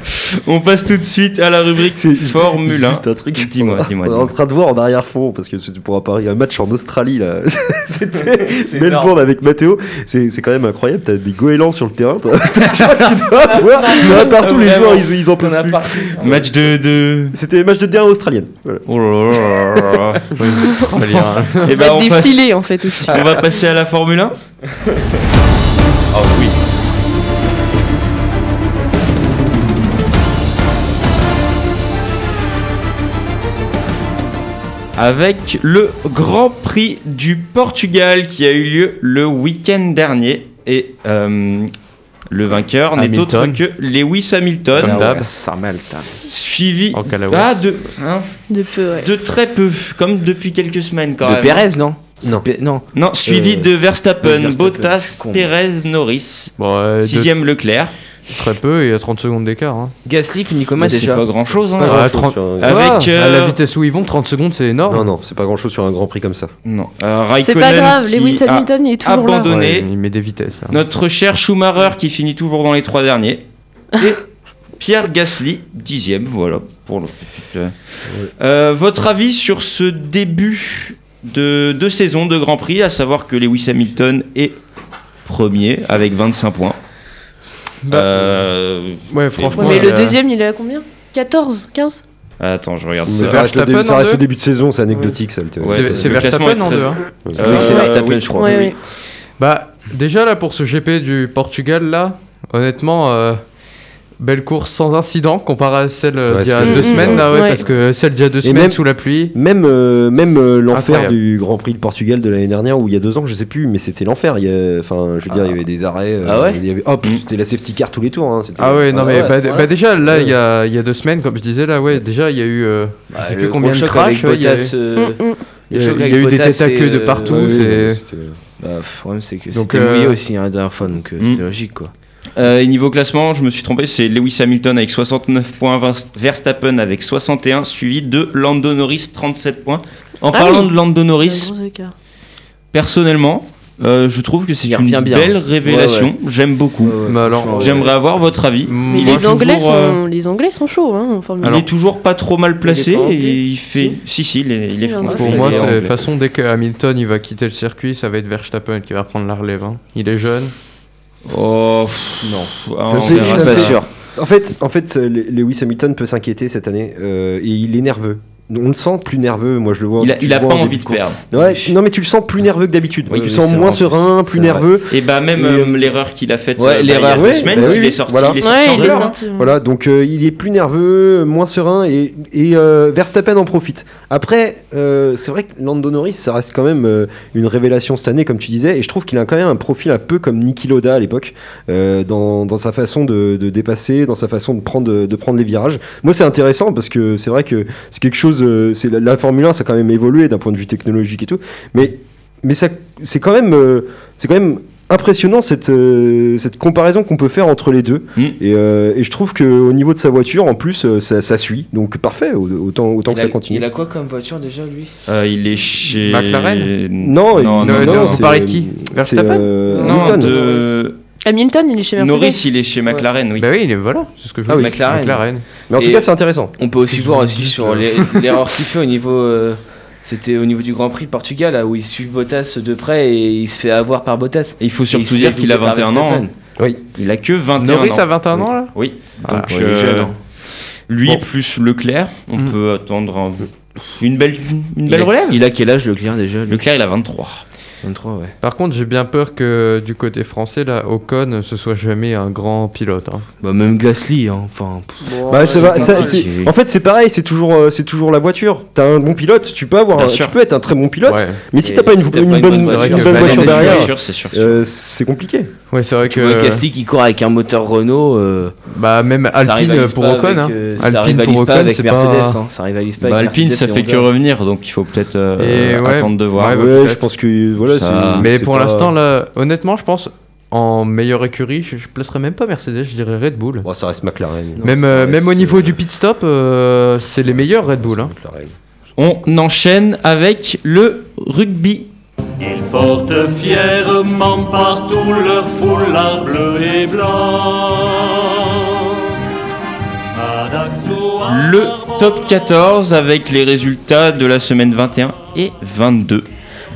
Speaker 4: on passe tout de suite à la rubrique Formule 1.
Speaker 5: Juste un truc.
Speaker 4: Dis-moi,
Speaker 5: qu'on- On
Speaker 4: dis-moi,
Speaker 5: est
Speaker 4: dis-moi.
Speaker 5: en train de voir en arrière-fond, parce que c'était pour un pari, un match en Australie, là. C'était Melbourne avec Matteo. C'est c'est quand même incroyable. T'as des goélands sur le terrain. T'as t'as des gens qui doivent voir. Il y en a partout, les
Speaker 4: Vraiment.
Speaker 5: joueurs, ils, ils en peuvent plus.
Speaker 4: Match de. de...
Speaker 5: C'était match de D1 australienne. Voilà.
Speaker 4: Oh là là là là là. Et
Speaker 8: On va
Speaker 4: bah, on, passe-
Speaker 8: défiler en fait au-dessus.
Speaker 4: on va passer à la Formule 1. Oh oui. Avec le Grand Prix du Portugal qui a eu lieu le week-end dernier. Et euh, le vainqueur n'est autre
Speaker 6: Hamilton.
Speaker 4: que Lewis Hamilton.
Speaker 6: Comme d'hab.
Speaker 4: Suivi
Speaker 6: En Calaos.
Speaker 4: ah, de, hein,
Speaker 8: De peu, ouais.
Speaker 4: de très peu, comme depuis quelques semaines quand
Speaker 9: De
Speaker 4: même. hein.
Speaker 9: Pérez, non
Speaker 5: Non.
Speaker 9: Pe- Non.
Speaker 4: Non, suivi
Speaker 9: Euh,
Speaker 4: de Verstappen,
Speaker 9: Verstappen,
Speaker 4: Bottas,
Speaker 9: con.
Speaker 4: Perez, Norris.
Speaker 6: Bon, euh, de-
Speaker 4: Sixième Leclerc.
Speaker 6: très peu et à 30 secondes d'écart. hein.
Speaker 9: Gasly finit
Speaker 4: Mais
Speaker 9: comment
Speaker 4: C'est
Speaker 9: déjà
Speaker 4: pas grand chose. Hein,
Speaker 5: Pas
Speaker 6: Ah,
Speaker 5: grand-chose
Speaker 6: 30
Speaker 5: sur un-
Speaker 4: Ah, Avec,
Speaker 6: Ouais, À
Speaker 4: euh,
Speaker 6: la vitesse où ils vont, 30 secondes, c'est
Speaker 4: Ah.
Speaker 6: énorme.
Speaker 5: Non, non, c'est pas grand chose sur un grand prix comme ça.
Speaker 4: Non. Euh,
Speaker 8: C'est
Speaker 4: Raikkonen
Speaker 8: pas grave,
Speaker 4: qui
Speaker 8: Lewis
Speaker 4: a-
Speaker 8: Hamilton il est toujours
Speaker 4: abandonné.
Speaker 8: là.
Speaker 6: Ouais,
Speaker 4: Donné.
Speaker 6: il met des vitesses. là.
Speaker 4: Notre cher Schumacher qui finit toujours dans les trois derniers. Et Pierre Gasly, dixième, voilà. Pour le petit, euh. Euh, votre avis sur ce début de, de saison de Grand Prix, à savoir que Lewis Hamilton est premier avec 25 points.
Speaker 6: Bah,
Speaker 4: Euh,
Speaker 6: ouais, franchement.
Speaker 8: Ouais, mais le
Speaker 6: euh,
Speaker 8: deuxième il est à combien 14 15
Speaker 4: Attends, je regarde
Speaker 5: Mais
Speaker 4: ça.
Speaker 5: ça reste, le
Speaker 6: Verstappen
Speaker 5: début, ça
Speaker 6: en
Speaker 5: reste
Speaker 6: deux
Speaker 5: le début de saison, c'est anecdotique ça. le théorie.
Speaker 4: Ouais,
Speaker 6: c'est-
Speaker 4: le
Speaker 6: c'est
Speaker 4: classement
Speaker 6: Verstappen
Speaker 4: est
Speaker 6: en
Speaker 4: très-
Speaker 6: deux. hein.
Speaker 5: Ouais.
Speaker 9: C'est vrai que Ah c'est
Speaker 4: Euh,
Speaker 9: Verstappen,
Speaker 4: oui.
Speaker 9: je crois.
Speaker 8: Ouais,
Speaker 4: oui.
Speaker 8: ouais.
Speaker 6: Bah, déjà là pour ce GP du Portugal là, honnêtement, euh, Belle course sans incident comparée à celle euh,
Speaker 5: Ouais,
Speaker 6: d'il y a
Speaker 5: c'était
Speaker 6: deux
Speaker 8: juste
Speaker 6: semaines, là,
Speaker 8: avant.
Speaker 6: ouais,
Speaker 8: Ouais.
Speaker 6: parce que celle d'il y a deux
Speaker 5: Et
Speaker 6: semaines
Speaker 5: même-
Speaker 6: sous la pluie.
Speaker 5: Même, euh, même euh, l'enfer
Speaker 6: Incroyable.
Speaker 5: du Grand Prix de Portugal de l'année dernière ou il y a deux ans, je sais plus, mais c'était l'enfer. Il y a- Enfin, je veux dire, il y avait des arrêts. euh,
Speaker 9: Ah ouais
Speaker 5: il y avait, hop, c'était la safety car tous les tours. hein, c'était-
Speaker 6: Mm. Ah ouais, non, mais
Speaker 9: ouais,
Speaker 6: bah,
Speaker 9: ouais.
Speaker 6: bah, déjà, là, il y, a, il y a deux semaines, comme je disais, là, ouais, déjà, il y a eu. euh,
Speaker 9: Bah,
Speaker 6: je sais
Speaker 9: le
Speaker 6: plus
Speaker 9: gros
Speaker 6: combien de
Speaker 9: choc avec
Speaker 6: crashs. ouais, il y a eu-
Speaker 9: Bottas, euh,
Speaker 8: Mm, mm.
Speaker 9: le
Speaker 6: il y a-
Speaker 9: choc
Speaker 6: il y
Speaker 9: avec
Speaker 6: a eu des
Speaker 9: Bottas
Speaker 6: têtes à
Speaker 9: et,
Speaker 6: queue de
Speaker 9: euh,
Speaker 6: partout.
Speaker 5: Ouais, oui,
Speaker 6: c'est-
Speaker 5: non, c'était-
Speaker 9: Bah, le problème, c'est que
Speaker 6: Donc,
Speaker 9: c'était mouillé
Speaker 6: euh,
Speaker 9: aussi hein, la dernière fois, donc euh,
Speaker 4: Mm.
Speaker 9: c'est logique quoi.
Speaker 4: Euh, et niveau classement, je me suis trompé, c'est Lewis Hamilton avec 69 points, Vers- Verstappen avec 61, suivi de Lando Norris 37 points. En
Speaker 8: Ah
Speaker 4: parlant
Speaker 8: oui.
Speaker 4: de Lando
Speaker 8: Un
Speaker 4: Norris,
Speaker 8: gros écart.
Speaker 4: personnellement, euh, je trouve que c'est
Speaker 9: Il
Speaker 4: une
Speaker 9: revient bien. Euh,
Speaker 4: belle révélation. J'aime beaucoup.
Speaker 6: Bah alors,
Speaker 9: franchement,
Speaker 4: J'aimerais avoir votre avis.
Speaker 8: Mais
Speaker 6: moi,
Speaker 8: les
Speaker 6: toujours,
Speaker 8: Anglais, sont,
Speaker 6: euh,
Speaker 8: les Anglais sont chauds hein, en Formule
Speaker 4: il est toujours pas trop mal placé
Speaker 9: Il est pas
Speaker 4: et
Speaker 9: anglais
Speaker 4: il fait. Si, si, il est, il est
Speaker 8: Si, en
Speaker 4: français.
Speaker 6: Pour
Speaker 4: Il
Speaker 6: moi,
Speaker 4: est
Speaker 6: c'est- de
Speaker 4: anglais.
Speaker 6: toute façon, dès que Hamilton il va quitter le circuit, ça va être Verstappen qui va prendre la relève. hein. Il est jeune.
Speaker 4: Oh, pff, non. Ah,
Speaker 5: Ça
Speaker 4: on
Speaker 5: fait-
Speaker 4: verra
Speaker 5: ça
Speaker 4: ça.
Speaker 5: fait- En fait, en fait, euh, Le- Lewis Hamilton peut s'inquiéter cette année euh, et il est nerveux. On le sent plus nerveux, moi je le vois.
Speaker 4: Il a,
Speaker 5: tu
Speaker 4: il
Speaker 5: le
Speaker 4: a
Speaker 5: vois
Speaker 4: pas
Speaker 5: en
Speaker 4: envie
Speaker 5: début
Speaker 4: de perdre.
Speaker 5: course. Ouais, non mais tu le sens plus nerveux que d'habitude.
Speaker 9: Oui,
Speaker 5: tu
Speaker 9: oui,
Speaker 5: le sens
Speaker 9: c'est
Speaker 5: moins
Speaker 9: vrai,
Speaker 5: serein, plus
Speaker 9: c'est vrai.
Speaker 5: nerveux.
Speaker 4: Et bah, même
Speaker 5: Et,
Speaker 4: euh,
Speaker 5: euh,
Speaker 4: l'erreur qu'il a faite
Speaker 9: ouais,
Speaker 4: euh, bah, il y a
Speaker 9: l'erreur,
Speaker 4: deux
Speaker 5: ouais,
Speaker 4: semaines,
Speaker 5: bah
Speaker 4: il
Speaker 5: oui,
Speaker 4: est sorti.
Speaker 5: voilà.
Speaker 4: Il est sorti
Speaker 8: Ouais,
Speaker 4: en
Speaker 8: il est
Speaker 4: pleurs.
Speaker 8: sorti. ouais.
Speaker 5: Voilà, donc euh, il est plus nerveux, moins serein et, et, euh, Verstappen en profite. Après, euh, c'est vrai que Lando Norris, ça reste quand même euh, une révélation cette année, comme tu disais, et je trouve qu'il a quand même un profil un peu comme Niki Loda à l'époque, euh, dans, dans sa façon de, de dépasser, dans sa façon de prendre, de prendre les virages. Moi, c'est intéressant parce que c'est vrai que c'est quelque chose, euh, c'est la, la Formule 1, ça a quand même évolué d'un point de vue technologique et tout, mais, mais ça, c'est quand même, euh, c'est quand même impressionnant cette, euh, cette comparaison qu'on peut faire entre les deux. Et, euh, et je trouve qu'au niveau de sa voiture, en plus, euh, ça, ça suit. Donc parfait, au- autant, autant que
Speaker 9: il,
Speaker 5: ça
Speaker 9: a,
Speaker 5: continue.
Speaker 9: il a quoi comme voiture déjà lui
Speaker 4: Euh, il est chez.
Speaker 6: McLaren
Speaker 5: Non,
Speaker 4: non,
Speaker 5: il-
Speaker 4: non, non,
Speaker 6: vous
Speaker 5: c'est-
Speaker 6: parlez de qui
Speaker 5: C'est
Speaker 6: Verstappen
Speaker 5: euh,
Speaker 4: Non,
Speaker 5: Hamilton.
Speaker 4: de-
Speaker 8: Hamilton, il est chez Mercedes.
Speaker 4: Norris, il est chez McLaren, oui.
Speaker 6: Bah oui, il est, voilà, c'est ce que je
Speaker 5: Ah
Speaker 6: veux
Speaker 5: oui.
Speaker 6: dire.
Speaker 9: McLaren.
Speaker 5: Mais en tout
Speaker 9: Et-
Speaker 5: cas, c'est intéressant.
Speaker 9: On peut aussi
Speaker 6: Je
Speaker 9: voir
Speaker 6: vous
Speaker 9: aussi
Speaker 6: dis,
Speaker 9: sur
Speaker 6: euh,
Speaker 9: l'er- l'erreur qu'il fait au niveau. euh, C'était au niveau du Grand Prix de Portugal là, où il suit Bottas de près et il se fait avoir par Bottas.
Speaker 4: Et il faut
Speaker 9: Et il
Speaker 4: surtout
Speaker 9: se
Speaker 4: dire
Speaker 9: fait
Speaker 4: qu'il a
Speaker 9: doubler par
Speaker 4: 21 ans.
Speaker 9: Verstappen.
Speaker 4: hein.
Speaker 5: Oui.
Speaker 4: Il a que 21
Speaker 6: Norris
Speaker 4: ans.
Speaker 6: à 21 ans là
Speaker 4: Oui.
Speaker 6: Ah,
Speaker 4: Donc,
Speaker 9: ouais, il est jeune,
Speaker 4: euh,
Speaker 9: hein.
Speaker 4: lui
Speaker 6: Bon.
Speaker 4: plus Leclerc, on
Speaker 6: Mm.
Speaker 4: peut attendre un- une belle, une
Speaker 9: Il
Speaker 4: belle
Speaker 9: a-
Speaker 4: relève.
Speaker 9: Il a quel âge Leclerc déjà lui
Speaker 4: Leclerc, il a 23.
Speaker 9: 23, ouais.
Speaker 6: Par contre, j'ai bien peur que du côté français, là, Ocon, ce soit jamais un grand pilote. hein.
Speaker 9: Bah, même Gasly, hein, enfin. pff.
Speaker 7: euh,
Speaker 5: Bah, ça va-
Speaker 9: c'est
Speaker 5: ça-
Speaker 9: pas mal.
Speaker 5: c'est- en fait, c'est pareil, c'est toujours, euh, c'est toujours la voiture. T'as un bon pilote, tu peux, avoir,
Speaker 4: Bien
Speaker 5: un-
Speaker 4: sûr.
Speaker 5: tu peux être un très bon pilote,
Speaker 6: Ouais,
Speaker 5: mais si
Speaker 9: Et
Speaker 5: t'as pas une,
Speaker 9: si t'as
Speaker 5: une
Speaker 9: pas une
Speaker 5: bonne,
Speaker 9: bonne
Speaker 5: une
Speaker 9: voiture,
Speaker 5: bonne
Speaker 6: bah,
Speaker 5: voiture
Speaker 6: c'est
Speaker 5: derrière,
Speaker 4: sûr, c'est sûr.
Speaker 5: euh, c'est compliqué.
Speaker 6: ouais c'est vrai
Speaker 9: Tu vois
Speaker 6: que.
Speaker 9: Gasly qui court avec un moteur Renault. euh,
Speaker 6: Bah, même
Speaker 9: ça
Speaker 6: Alpine
Speaker 9: rivalise
Speaker 6: pour
Speaker 9: pas
Speaker 6: Ocon.
Speaker 9: avec,
Speaker 6: hein.
Speaker 9: euh, ça
Speaker 6: Alpine
Speaker 9: rivalise
Speaker 6: pour
Speaker 9: pas
Speaker 6: Ocon,
Speaker 9: avec
Speaker 6: c'est
Speaker 9: Mercedes.
Speaker 6: pas.
Speaker 9: hein, Ça rivalise pas
Speaker 4: Bah,
Speaker 9: avec
Speaker 4: Alpine, ça
Speaker 9: Mercedes et
Speaker 4: fait que
Speaker 9: Honda.
Speaker 4: revenir, donc il faut peut-être euh,
Speaker 6: Et ouais.
Speaker 4: attendre de voir.
Speaker 6: Ouais, bah,
Speaker 5: Ouais, je
Speaker 6: peut-être.
Speaker 5: pense que voilà.
Speaker 9: Ah,
Speaker 4: Ça-
Speaker 5: c'est-
Speaker 6: Mm. Mais
Speaker 5: c'est
Speaker 6: pour
Speaker 5: pas-
Speaker 6: l'instant, là, honnêtement, je pense en meilleure écurie, je, je placerais même pas Mercedes, je dirais Red Bull.
Speaker 5: Bon, ça reste McLaren.
Speaker 6: même
Speaker 9: ça
Speaker 6: euh,
Speaker 9: reste,
Speaker 6: même au niveau
Speaker 9: euh,
Speaker 6: du pit stop, euh, c'est les meilleurs Red Bull. hein.
Speaker 5: McLaren.
Speaker 4: On enchaîne avec le rugby.
Speaker 11: Ils portent fièrement partout leur foulard bleu et blanc. Adaxo,
Speaker 4: le
Speaker 11: Arbor-
Speaker 4: top 14 avec les résultats de la semaine 21 et 22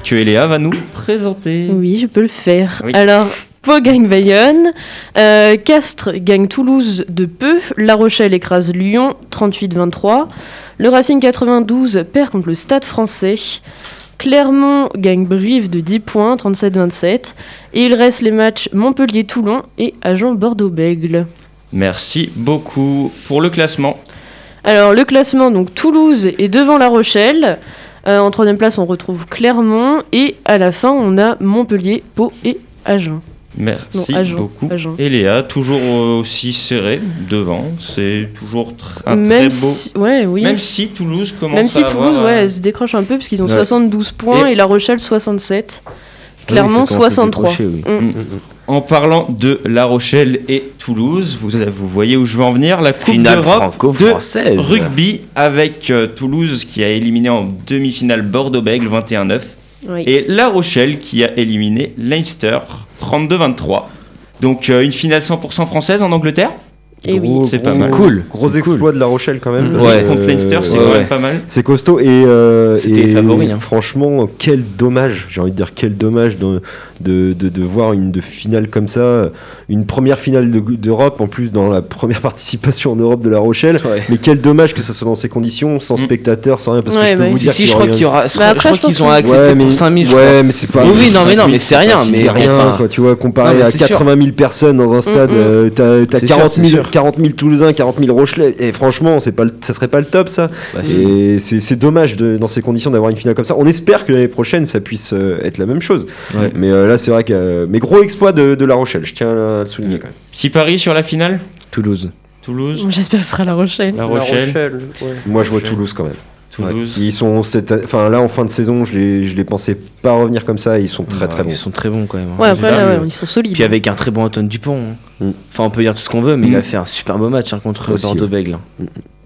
Speaker 4: que Eléa va nous présenter.
Speaker 8: Oui, je peux le faire.
Speaker 4: Oui.
Speaker 8: Alors, Pau gagne Bayonne, euh, Castres gagne Toulouse de peu, La Rochelle écrase Lyon 38-23, le Racing 92 perd contre le Stade français, Clermont gagne Brive de 10 points 37-27, et il reste les matchs Montpellier-Toulon et Agen-Bordeaux-Bègle.
Speaker 4: Merci beaucoup pour le classement.
Speaker 8: Alors le classement, donc Toulouse est devant La Rochelle. Euh, en troisième place, on retrouve Clermont. Et à la fin, on a Montpellier, Pau et Agen. Non,
Speaker 4: Merci
Speaker 8: Agen.
Speaker 4: beaucoup.
Speaker 8: Agen.
Speaker 4: Eléa, toujours euh, aussi serré devant, c'est toujours tr- un
Speaker 8: Même
Speaker 4: très beau.
Speaker 8: si, ouais, oui.
Speaker 4: Même si Toulouse commence
Speaker 8: Même si
Speaker 4: à
Speaker 8: Toulouse,
Speaker 4: avoir,
Speaker 8: ouais,
Speaker 4: euh,
Speaker 8: elle se décroche un peu parce qu'ils ont
Speaker 4: Ouais.
Speaker 8: 72 points et...
Speaker 4: Et-
Speaker 8: La Rochelle 67.
Speaker 9: Ah oui,
Speaker 8: Clermont
Speaker 9: ça commence à se
Speaker 8: 63.
Speaker 9: décrocher, oui.
Speaker 8: Mm.
Speaker 4: Mmh. En parlant de La Rochelle et Toulouse, vous, vous voyez où je veux en venir. La Coupe
Speaker 9: Finale
Speaker 4: d'Europe de
Speaker 9: franco-française.
Speaker 4: rugby avec euh, Toulouse qui a éliminé en demi-finale Bordeaux-Bègle 21-9
Speaker 8: Oui.
Speaker 4: et La Rochelle qui a éliminé Leinster 32-23. Donc euh, une finale 100% française en Angleterre.
Speaker 8: Et oui.
Speaker 5: Gros-
Speaker 4: C'est pas
Speaker 5: gros-
Speaker 4: mal.
Speaker 9: Cool.
Speaker 5: Gros
Speaker 9: C'est
Speaker 5: exploit de La Rochelle quand même.
Speaker 8: Mm.
Speaker 5: parce
Speaker 9: Ouais. Euh,
Speaker 5: que,
Speaker 4: Contre Leinster,
Speaker 5: ouais.
Speaker 4: c'est quand
Speaker 9: ouais.
Speaker 4: même pas mal.
Speaker 5: C'est costaud et, euh,
Speaker 9: C'était
Speaker 5: et
Speaker 9: favori, hein.
Speaker 5: franchement quel dommage j'ai envie de dire quel dommage de, de, de- de voir une de finale comme ça une première finale de- d'Europe en plus dans la première participation en Europe de La Rochelle
Speaker 9: Ouais.
Speaker 5: mais quel dommage que ça soit dans ces conditions sans
Speaker 4: Mm.
Speaker 5: spectateurs sans rien parce que
Speaker 8: Ouais,
Speaker 5: je peux
Speaker 8: bah
Speaker 5: vous
Speaker 8: oui.
Speaker 5: dire
Speaker 9: Si,
Speaker 5: qu'il
Speaker 9: je
Speaker 5: y aura
Speaker 9: crois qu'il y
Speaker 5: rien.
Speaker 9: aura. je crois- je
Speaker 8: après,
Speaker 9: crois
Speaker 8: je pense
Speaker 9: qu'ils ont
Speaker 8: que-
Speaker 9: accepté
Speaker 5: Ouais, mais-
Speaker 9: pour 5000, je crois.
Speaker 5: ouais mais c'est pas
Speaker 9: Oui, oui, non, mais non, mais c'est rien,
Speaker 5: c'est
Speaker 9: mais
Speaker 5: rien
Speaker 9: enfin-
Speaker 5: quoi tu vois comparé
Speaker 9: Non, mais
Speaker 5: à
Speaker 9: c'est sûr.
Speaker 5: 80 000 personnes dans un stade
Speaker 8: Mm, mm.
Speaker 5: euh, t'as- t'as
Speaker 9: C'est sûr,
Speaker 5: 40
Speaker 9: c'est
Speaker 5: 000
Speaker 9: sûr.
Speaker 5: 40 000 Toulousains, 40 000 Rochelais. Et franchement, c'est pas, le- ça serait pas le top, ça.
Speaker 9: Bah, si.
Speaker 5: et c'est c'est dommage de- dans ces conditions d'avoir une finale comme ça. On espère que l'année prochaine, ça puisse euh, être la même chose.
Speaker 4: Ouais.
Speaker 5: Mais euh, là, c'est vrai que. euh, mais gros exploit de, de La Rochelle, je tiens à le
Speaker 9: Mm.
Speaker 5: souligner quand même.
Speaker 4: Petit pari sur la finale
Speaker 9: Toulouse.
Speaker 4: Toulouse,
Speaker 8: J'espère que ce sera La Rochelle.
Speaker 4: La Rochelle,
Speaker 7: ouais.
Speaker 5: Moi, je vois
Speaker 4: Ok.
Speaker 5: Toulouse quand même.
Speaker 4: Toulouse.
Speaker 5: Ils sont cette, enfin là en fin de saison, je les, je les pensais pas revenir comme ça. Ils sont très
Speaker 9: Ouais,
Speaker 5: très bons.
Speaker 9: Bah, Ils sont très bons quand même. hein.
Speaker 8: Ouais, après,
Speaker 4: Là,
Speaker 8: là, ouais,
Speaker 4: le-
Speaker 8: ils sont solides.
Speaker 9: Puis avec un très bon Antoine Dupont. hein.
Speaker 5: Mm.
Speaker 9: Enfin, on peut dire tout ce qu'on veut, mais
Speaker 4: Mm.
Speaker 9: il a fait un super beau match hein, contre
Speaker 5: Aussi,
Speaker 9: Bordeaux Bègle.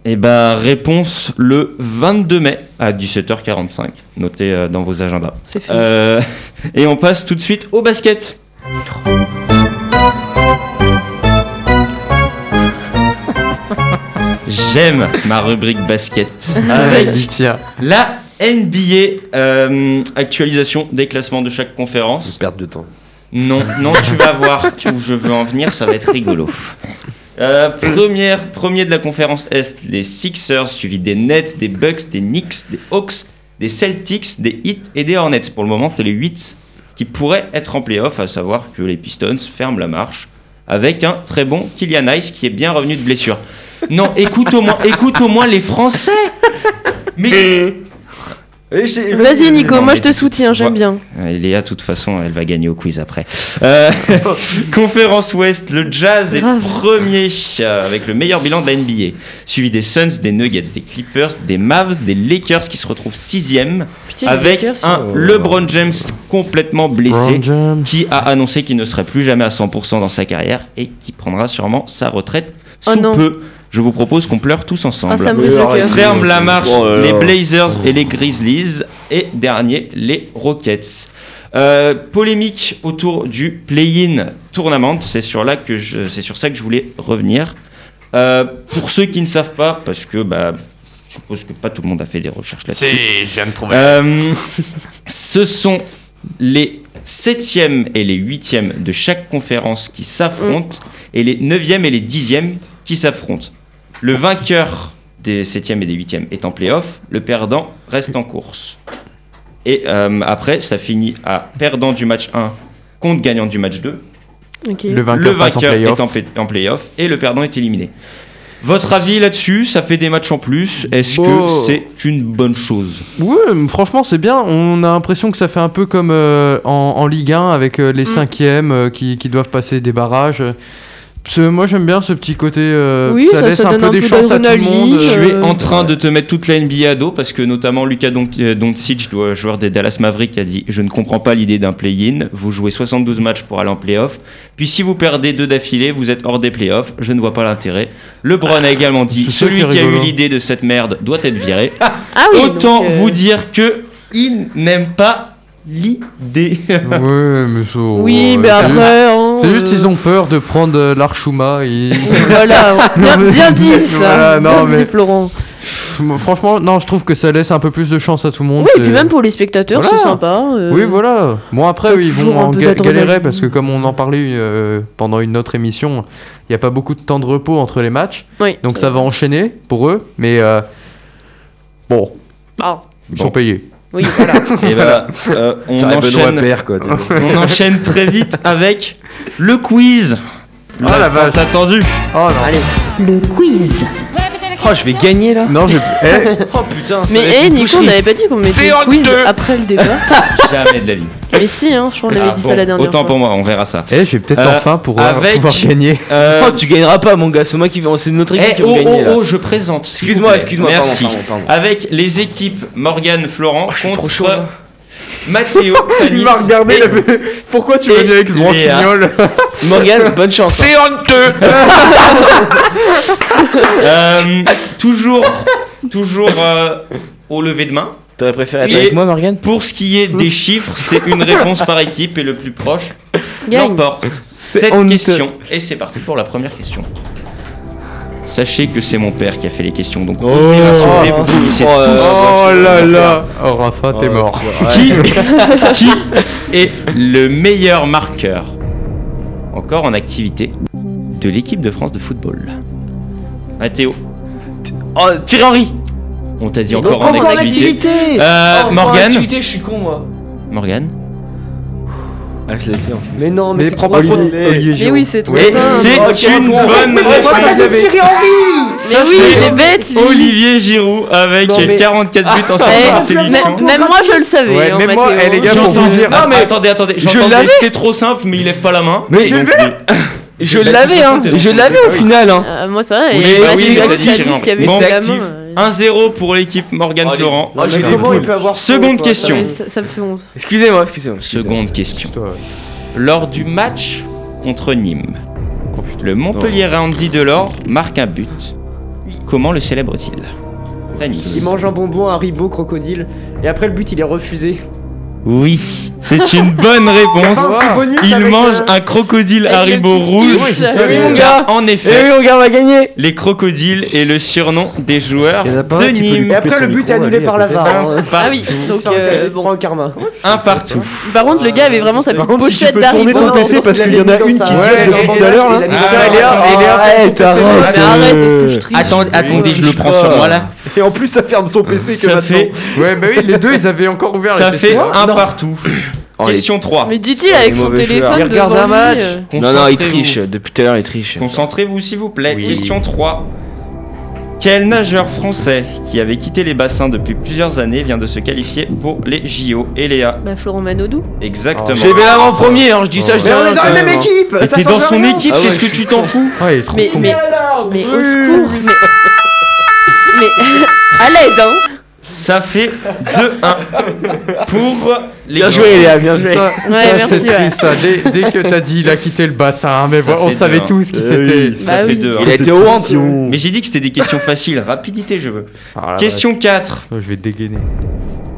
Speaker 4: Eh bah, réponse le 22 mai à 17h45. Notez euh, dans vos agendas.
Speaker 8: C'est fait.
Speaker 4: Euh, et on passe tout de suite au basket. J'aime ma rubrique basket avec
Speaker 6: Tiens.
Speaker 4: la NBA euh, actualisation des classements de chaque conférence.
Speaker 5: Une perte de temps.
Speaker 4: Non, non, tu vas voir tu- où je veux en venir, ça va être rigolo. Euh, première, premier de la conférence Est, les Sixers, suivi des Nets, des Bucks, des Knicks, des Hawks, des Celtics, des Heat et des Hornets. Pour le moment, c'est les 8 qui pourraient être en playoff, à savoir que les Pistons ferment la marche avec un très bon Kylian Ice qui est bien revenu de blessure. Non, écoute au moins, écoute au moins les Français. Mais
Speaker 8: Vas-y, Nico,
Speaker 4: Non,
Speaker 8: moi
Speaker 4: mais-
Speaker 8: je te soutiens, j'aime
Speaker 4: Ouais.
Speaker 8: bien.
Speaker 4: Euh, Léa, de toute façon, elle va gagner au quiz après. Euh, Conférence Ouest, le Jazz est
Speaker 8: Grave.
Speaker 4: premier euh, avec le meilleur bilan de la NBA, suivi des Suns, des Nuggets, des Clippers, des Mavs, des Lakers qui se retrouvent sixième
Speaker 8: Putain, les
Speaker 4: avec
Speaker 8: Lakers, hein.
Speaker 4: un LeBron James complètement blessé qui a annoncé qu'il ne serait plus jamais à 100% dans sa carrière et qui prendra sûrement sa retraite
Speaker 8: Oh
Speaker 4: sous
Speaker 8: non.
Speaker 4: peu. Je vous propose qu'on pleure tous ensemble.
Speaker 8: Ah, ça me brise le cœur.
Speaker 4: Ferme la marche,
Speaker 5: Oh là là.
Speaker 4: les Blazers et les Grizzlies. Et dernier, les Rockets. Euh, polémique autour du play-in tournament. C'est sur, là que je- c'est sur ça que je voulais revenir. Euh, pour ceux qui ne savent pas, parce que bah, je suppose que pas tout le monde a fait des recherches là-dessus.
Speaker 11: Si, j'aime trouver.
Speaker 4: Euh, ce sont les septièmes et les huitièmes de chaque conférence qui s'affrontent et les neuvièmes et les dixièmes qui s'affrontent. Le vainqueur des septièmes et des huitièmes est en playoff, le perdant reste en course. Et euh, après, ça finit à perdant du match 1 contre gagnant du match 2.
Speaker 8: Ok.
Speaker 6: Le
Speaker 4: Le
Speaker 6: vainqueur, passe en
Speaker 4: vainqueur
Speaker 6: playoff.
Speaker 4: est en, play- en playoff et le perdant est éliminé. Votre avis là-dessus, ça fait des matchs en plus. Est-ce que
Speaker 6: Oh.
Speaker 4: c'est une bonne chose
Speaker 6: Ouais, mais franchement, c'est bien. On a l'impression que ça fait un peu comme euh, en, en Ligue 1 avec euh, les
Speaker 8: Mm.
Speaker 6: cinquièmes euh, qui, qui doivent passer des barrages. Ce- moi, j'aime bien ce petit côté. euh,
Speaker 8: Oui, ça- ça
Speaker 6: laisse un
Speaker 8: donne
Speaker 6: peu
Speaker 8: un
Speaker 6: des
Speaker 8: peu
Speaker 6: chances à tout le
Speaker 8: d'adrénaline,
Speaker 6: monde.
Speaker 8: euh,
Speaker 4: Tu es en train de te mettre toute la NBA à dos parce que notamment Lucas Don- euh, Doncic, le joueur des Dallas Mavericks, a dit Je ne comprends pas l'idée d'un play-in. Vous jouez 72 matchs pour aller en play-off. Puis si vous perdez deux d'affilée, vous êtes hors des play-offs. Je ne vois pas l'intérêt. LeBron a également dit
Speaker 6: C'est ça
Speaker 4: Celui
Speaker 6: qui est
Speaker 4: qui a eu
Speaker 6: rigolo.
Speaker 4: l'idée de cette merde doit être viré.
Speaker 8: Ah oui,
Speaker 4: Autant
Speaker 8: donc, euh,
Speaker 4: vous dire que il n'aime pas l'idée.
Speaker 6: Ouais, mais ça,
Speaker 4: euh,
Speaker 6: ouais,
Speaker 8: Oui, mais
Speaker 6: c'est juste-
Speaker 8: après. hein,
Speaker 6: C'est juste
Speaker 8: euh,
Speaker 6: qu'ils ont peur de prendre euh, l'Archuma. et-
Speaker 8: Voilà, bien, bien dit ça.
Speaker 6: Voilà, non,
Speaker 8: bien
Speaker 6: mais-
Speaker 8: dit, Florent.
Speaker 6: Pff, moi, Franchement, non, je trouve que ça laisse un peu plus de chance à tout le monde.
Speaker 8: Oui, et
Speaker 6: c'est-
Speaker 8: puis même pour les spectateurs,
Speaker 6: euh, Voilà.
Speaker 8: c'est sympa. euh,
Speaker 6: Oui, voilà. Bon, après,
Speaker 8: T'as
Speaker 6: oui, ils vont
Speaker 8: toujours un
Speaker 6: en
Speaker 8: peu
Speaker 6: ga-
Speaker 8: d'adrénaline.
Speaker 6: galérer parce que, comme on en parlait euh, pendant une autre émission, il n'y a pas beaucoup de temps de repos entre les matchs.
Speaker 8: oui.
Speaker 6: Donc, ça va enchaîner pour eux. Mais euh, bon,
Speaker 8: Ah,
Speaker 6: ils
Speaker 4: Bon.
Speaker 6: sont payés.
Speaker 8: oui, voilà.
Speaker 4: Et bah, euh, on
Speaker 5: T'as Benoît
Speaker 4: enchaîne.
Speaker 5: Paire, quoi. t'es-
Speaker 4: On enchaîne très vite avec le quiz.
Speaker 6: Ah, la
Speaker 4: L'attente
Speaker 6: vache.
Speaker 4: Ah, attendue.
Speaker 6: Oh non.
Speaker 1: Le quiz.
Speaker 9: Oh, je vais gagner là
Speaker 6: Non, j'ai. Eh,
Speaker 9: Oh putain ça
Speaker 8: Mais
Speaker 9: va être
Speaker 8: hé,
Speaker 9: une
Speaker 8: Nico, on
Speaker 9: boucherie.
Speaker 8: n'avait pas dit qu'on mettait le quiz après le débat.
Speaker 4: Jamais de la vie.
Speaker 8: mais si, hein, je crois qu'on avait
Speaker 4: Ah,
Speaker 8: dit
Speaker 4: bon,
Speaker 8: ça la dernière
Speaker 4: Autant
Speaker 8: fois.
Speaker 4: pour moi, on verra ça.
Speaker 6: eh, je vais peut-être
Speaker 4: Euh,
Speaker 6: enfin pour euh,
Speaker 4: avec-
Speaker 6: pouvoir gagner.
Speaker 4: Euh,
Speaker 9: Oh, tu gagneras pas, mon gars. C'est moi qui vais. C'est notre équipe
Speaker 4: eh,
Speaker 9: qui va
Speaker 4: oh, oh,
Speaker 9: gagner. là.
Speaker 4: oh, je présente. s'il
Speaker 9: Excuse-moi,
Speaker 4: vous plaît.
Speaker 9: excuse-moi. pardon,
Speaker 4: Merci.
Speaker 9: pardon, pardon.
Speaker 4: Avec les équipes Morgane Florent
Speaker 9: je suis trop
Speaker 4: contre
Speaker 9: chaud, là.
Speaker 4: Mathéo. Tanis et-
Speaker 6: Pourquoi tu
Speaker 4: et
Speaker 6: vas bien avec ce
Speaker 4: Léa.
Speaker 6: branquignol
Speaker 9: Morgane, bonne chance. hein.
Speaker 4: Euh, toujours, toujours euh, au lever de main.
Speaker 9: T'aurais préféré être
Speaker 4: Oui.
Speaker 9: avec moi, Morgane
Speaker 4: Pour ce qui est des chiffres, c'est une réponse par équipe et le plus proche
Speaker 8: Gagne.
Speaker 4: l'emporte.
Speaker 9: C'est
Speaker 4: Cette
Speaker 9: honteux.
Speaker 4: question. Et c'est parti pour la première question. Sachez que c'est mon père qui a fait les questions, donc osez insulter, vous finissez
Speaker 9: Oh,
Speaker 4: tous.
Speaker 6: Oh là là Oh, Rafa, t'es
Speaker 9: Oh,
Speaker 6: mort.
Speaker 4: Qui, qui est le meilleur marqueur encore en activité de l'équipe de France de football Mathéo,
Speaker 9: Oh, Thierry Henry
Speaker 4: on t'a dit encore en
Speaker 9: Encore
Speaker 4: activité.
Speaker 9: activité
Speaker 4: Euh,
Speaker 9: Oh, encore en
Speaker 4: Morgane,
Speaker 9: activité, je suis con, moi.
Speaker 4: Morgane.
Speaker 9: Ah, je l'ai essayé en fait.
Speaker 7: Mais non, mais,
Speaker 6: Mais
Speaker 7: c'est
Speaker 6: prends
Speaker 7: trop
Speaker 6: pas trop.
Speaker 7: simple.
Speaker 6: Olivier
Speaker 8: Mais
Speaker 6: Giroud.
Speaker 8: oui, c'est trop
Speaker 4: Et
Speaker 8: simple.
Speaker 4: c'est une bonne réponse.
Speaker 8: Mais oui, il est bête, lui.
Speaker 4: Olivier Giroud avec
Speaker 7: Non, mais-
Speaker 4: 44 buts en
Speaker 8: Eh,
Speaker 4: 60 sélections.
Speaker 8: même, même moi, je le savais.
Speaker 6: Ouais,
Speaker 8: hein,
Speaker 6: même moi,
Speaker 8: Mathéo.
Speaker 6: eh, les gars, pour
Speaker 4: J'entends-
Speaker 6: vous dire.
Speaker 4: Non mais attendez, attendez,
Speaker 6: Je
Speaker 4: j'entendais,
Speaker 6: l'avais.
Speaker 4: c'est trop simple, mais il lève pas la main.
Speaker 6: Mais je
Speaker 4: Donc,
Speaker 6: l'avais. Je l'avais, hein. Je l'avais au final, hein.
Speaker 8: Euh, moi, ça va.
Speaker 4: Oui,
Speaker 8: et
Speaker 4: bah
Speaker 8: Mathéo,
Speaker 4: oui,
Speaker 8: il
Speaker 4: t'as
Speaker 8: a
Speaker 4: dit
Speaker 8: dit
Speaker 4: qu'il
Speaker 8: ce qu'il y avait
Speaker 4: est
Speaker 8: sous la
Speaker 4: actif.
Speaker 8: main. euh,
Speaker 4: 1-0 pour l'équipe Morgane
Speaker 9: Allez.
Speaker 4: Florent.
Speaker 9: Oh, je
Speaker 7: Mais
Speaker 9: suis
Speaker 7: comment
Speaker 9: nul.
Speaker 7: il peut avoir
Speaker 4: Seconde
Speaker 7: faux, quoi
Speaker 4: question.
Speaker 8: ouais, ça, ça me fait honte.
Speaker 9: Excusez-moi, excusez-moi.
Speaker 4: Seconde question. Lors du match contre Nîmes, le Montpellier Andy Delors marque un but. Comment le célèbre-t-il Tanis.
Speaker 7: Il mange un bonbon, un ribot, crocodile. Et après, le but, il est refusé.
Speaker 4: Oui, c'est une bonne réponse.
Speaker 7: Ah, c'est bonus
Speaker 4: Il
Speaker 7: avec,
Speaker 4: mange
Speaker 7: euh,
Speaker 4: un crocodile
Speaker 8: avec le
Speaker 4: Haribo
Speaker 8: petit
Speaker 4: rouge.
Speaker 8: speech. Oui,
Speaker 7: oui, mon
Speaker 4: Car, En
Speaker 7: Et
Speaker 4: effet,
Speaker 7: Eh oui, on gars, on va gagner
Speaker 4: les crocodiles est le surnom des joueurs
Speaker 5: Il y en a pas
Speaker 4: de
Speaker 5: un qui peut lui
Speaker 4: Nîmes.
Speaker 7: Et après,
Speaker 5: son
Speaker 7: le but est
Speaker 5: micro,
Speaker 7: annulé
Speaker 5: allez,
Speaker 7: par la
Speaker 5: écoutez.
Speaker 7: VAR. hein.
Speaker 8: Ah oui, donc
Speaker 7: C'est un
Speaker 8: euh,
Speaker 7: cas- c'est
Speaker 8: bon.
Speaker 7: un karma.
Speaker 4: Un partout.
Speaker 8: Par contre, le gars avait vraiment sa
Speaker 5: Par
Speaker 8: petite
Speaker 5: contre, si tu
Speaker 8: pochette hein,
Speaker 5: peux tourner
Speaker 8: d'Haribo.
Speaker 5: ton PC parce qu'il y en a une qui se depuis tout à l'heure là.
Speaker 4: Ah,
Speaker 6: et Léa, et Léa,
Speaker 5: Arrête,
Speaker 8: Mais
Speaker 5: arrête.
Speaker 8: arrête, est-ce que je triche
Speaker 4: Attendez, attendez, je le prends sur moi là.
Speaker 5: Et en plus, ça ferme son PC que
Speaker 4: Ça fait,
Speaker 5: maintenant.
Speaker 6: Ouais, bah oui, les deux, ils avaient encore ouvert
Speaker 4: ça
Speaker 6: les
Speaker 4: fait
Speaker 6: PC.
Speaker 4: un partout.
Speaker 9: Oh, il est-
Speaker 4: Question 3.
Speaker 8: Mais dit-il
Speaker 9: Il est
Speaker 8: avec son
Speaker 9: mauvais joueur.
Speaker 8: téléphone
Speaker 6: Il regarde
Speaker 8: devant
Speaker 6: un match.
Speaker 8: lui, euh,
Speaker 9: Non, non, il
Speaker 4: Concentrez-vous.
Speaker 9: triche. Depuis tout à l'heure, il triche.
Speaker 4: Concentrez-vous s'il vous plaît.
Speaker 9: Oui.
Speaker 4: Question 3. Quel nageur français qui avait quitté les bassins depuis plusieurs années vient de se qualifier pour les JO Et Léa,
Speaker 8: Bah, Florent Manodou.
Speaker 4: exactement. Eh ben,
Speaker 9: J'ai bien Eh avant premier, hein, je dis ça, je dis
Speaker 7: Mais on
Speaker 9: rien.
Speaker 7: est dans la
Speaker 9: ça,
Speaker 7: même
Speaker 9: vraiment.
Speaker 7: équipe
Speaker 4: Mais
Speaker 7: ça
Speaker 4: T'es dans
Speaker 7: change
Speaker 4: son
Speaker 7: rien.
Speaker 4: équipe,
Speaker 9: Ah ouais,
Speaker 4: qu'est-ce que tu t'en fous
Speaker 6: Ouais, il est trop
Speaker 8: Mais,
Speaker 6: con.
Speaker 8: mais,
Speaker 7: Alors,
Speaker 8: mais au
Speaker 7: oui.
Speaker 8: secours, mais... mais à l'aide, hein
Speaker 4: Ça fait 2-1 pour les
Speaker 9: Bien joué, Léa, bien joué.
Speaker 6: Ça,
Speaker 8: Ouais,
Speaker 6: ça,
Speaker 8: merci,
Speaker 6: c'est
Speaker 8: ouais.
Speaker 6: triste, ça. Dès, dès que t'as dit il a quitté le bassin, mais
Speaker 4: Ça
Speaker 6: voilà, on
Speaker 4: fait
Speaker 6: savait
Speaker 4: deux, hein.
Speaker 6: tous qui
Speaker 5: Euh,
Speaker 6: c'était.
Speaker 5: oui.
Speaker 4: Ça
Speaker 8: Bah
Speaker 4: fait
Speaker 8: oui.
Speaker 4: 2
Speaker 9: Il a été au hand.
Speaker 4: Mais j'ai dit que c'était des questions faciles, rapidité je veux.
Speaker 6: Ah, là,
Speaker 4: Question 4.
Speaker 6: là, Je vais dégainer.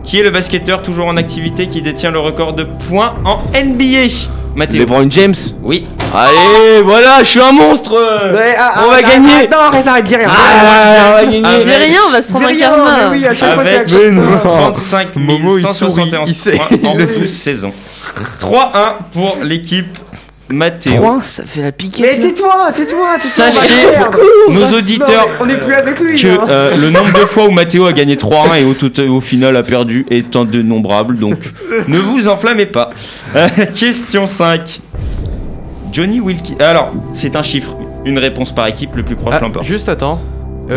Speaker 4: Qui est le basketteur toujours en activité qui détient le record de points en NBA Mathéo.
Speaker 9: LeBron James
Speaker 4: Oui.
Speaker 9: Allez, voilà, je suis un monstre
Speaker 7: Ouais, ah,
Speaker 9: On
Speaker 7: ah,
Speaker 9: va
Speaker 7: ah,
Speaker 9: gagner.
Speaker 7: ah, Non, arrête, arrête, dis rien
Speaker 9: Ah, on va gagner.
Speaker 4: Avec-
Speaker 8: Dis rien, on va se
Speaker 7: Dis
Speaker 8: prendre un
Speaker 7: rien,
Speaker 8: karma.
Speaker 7: mais oui, à chaque fois, c'est la
Speaker 4: avec
Speaker 7: chose, hein.
Speaker 4: 35
Speaker 6: Momo, il
Speaker 4: 171
Speaker 6: sourit, il sait,
Speaker 4: points en
Speaker 6: il le
Speaker 4: une saison. 3-1 pour l'équipe Mathéo.
Speaker 9: 3, ça fait la piquette.
Speaker 7: Mais tais-toi, tais-toi, tais-toi
Speaker 4: Sachez,
Speaker 7: on va perdre.
Speaker 4: Nos auditeurs,
Speaker 7: Non, mais On n'est plus avec lui hein.
Speaker 4: que
Speaker 7: là.
Speaker 4: euh, le nombre de fois où Mathéo a gagné 3-1 et au, tout- euh, au final a perdu est indénombrable, donc ne vous enflammez pas. Euh, question 5. Johnny Wilkie. Alors, c'est un chiffre. Une réponse par équipe, le plus proche
Speaker 6: Ah,
Speaker 4: l'emporte.
Speaker 6: juste attends.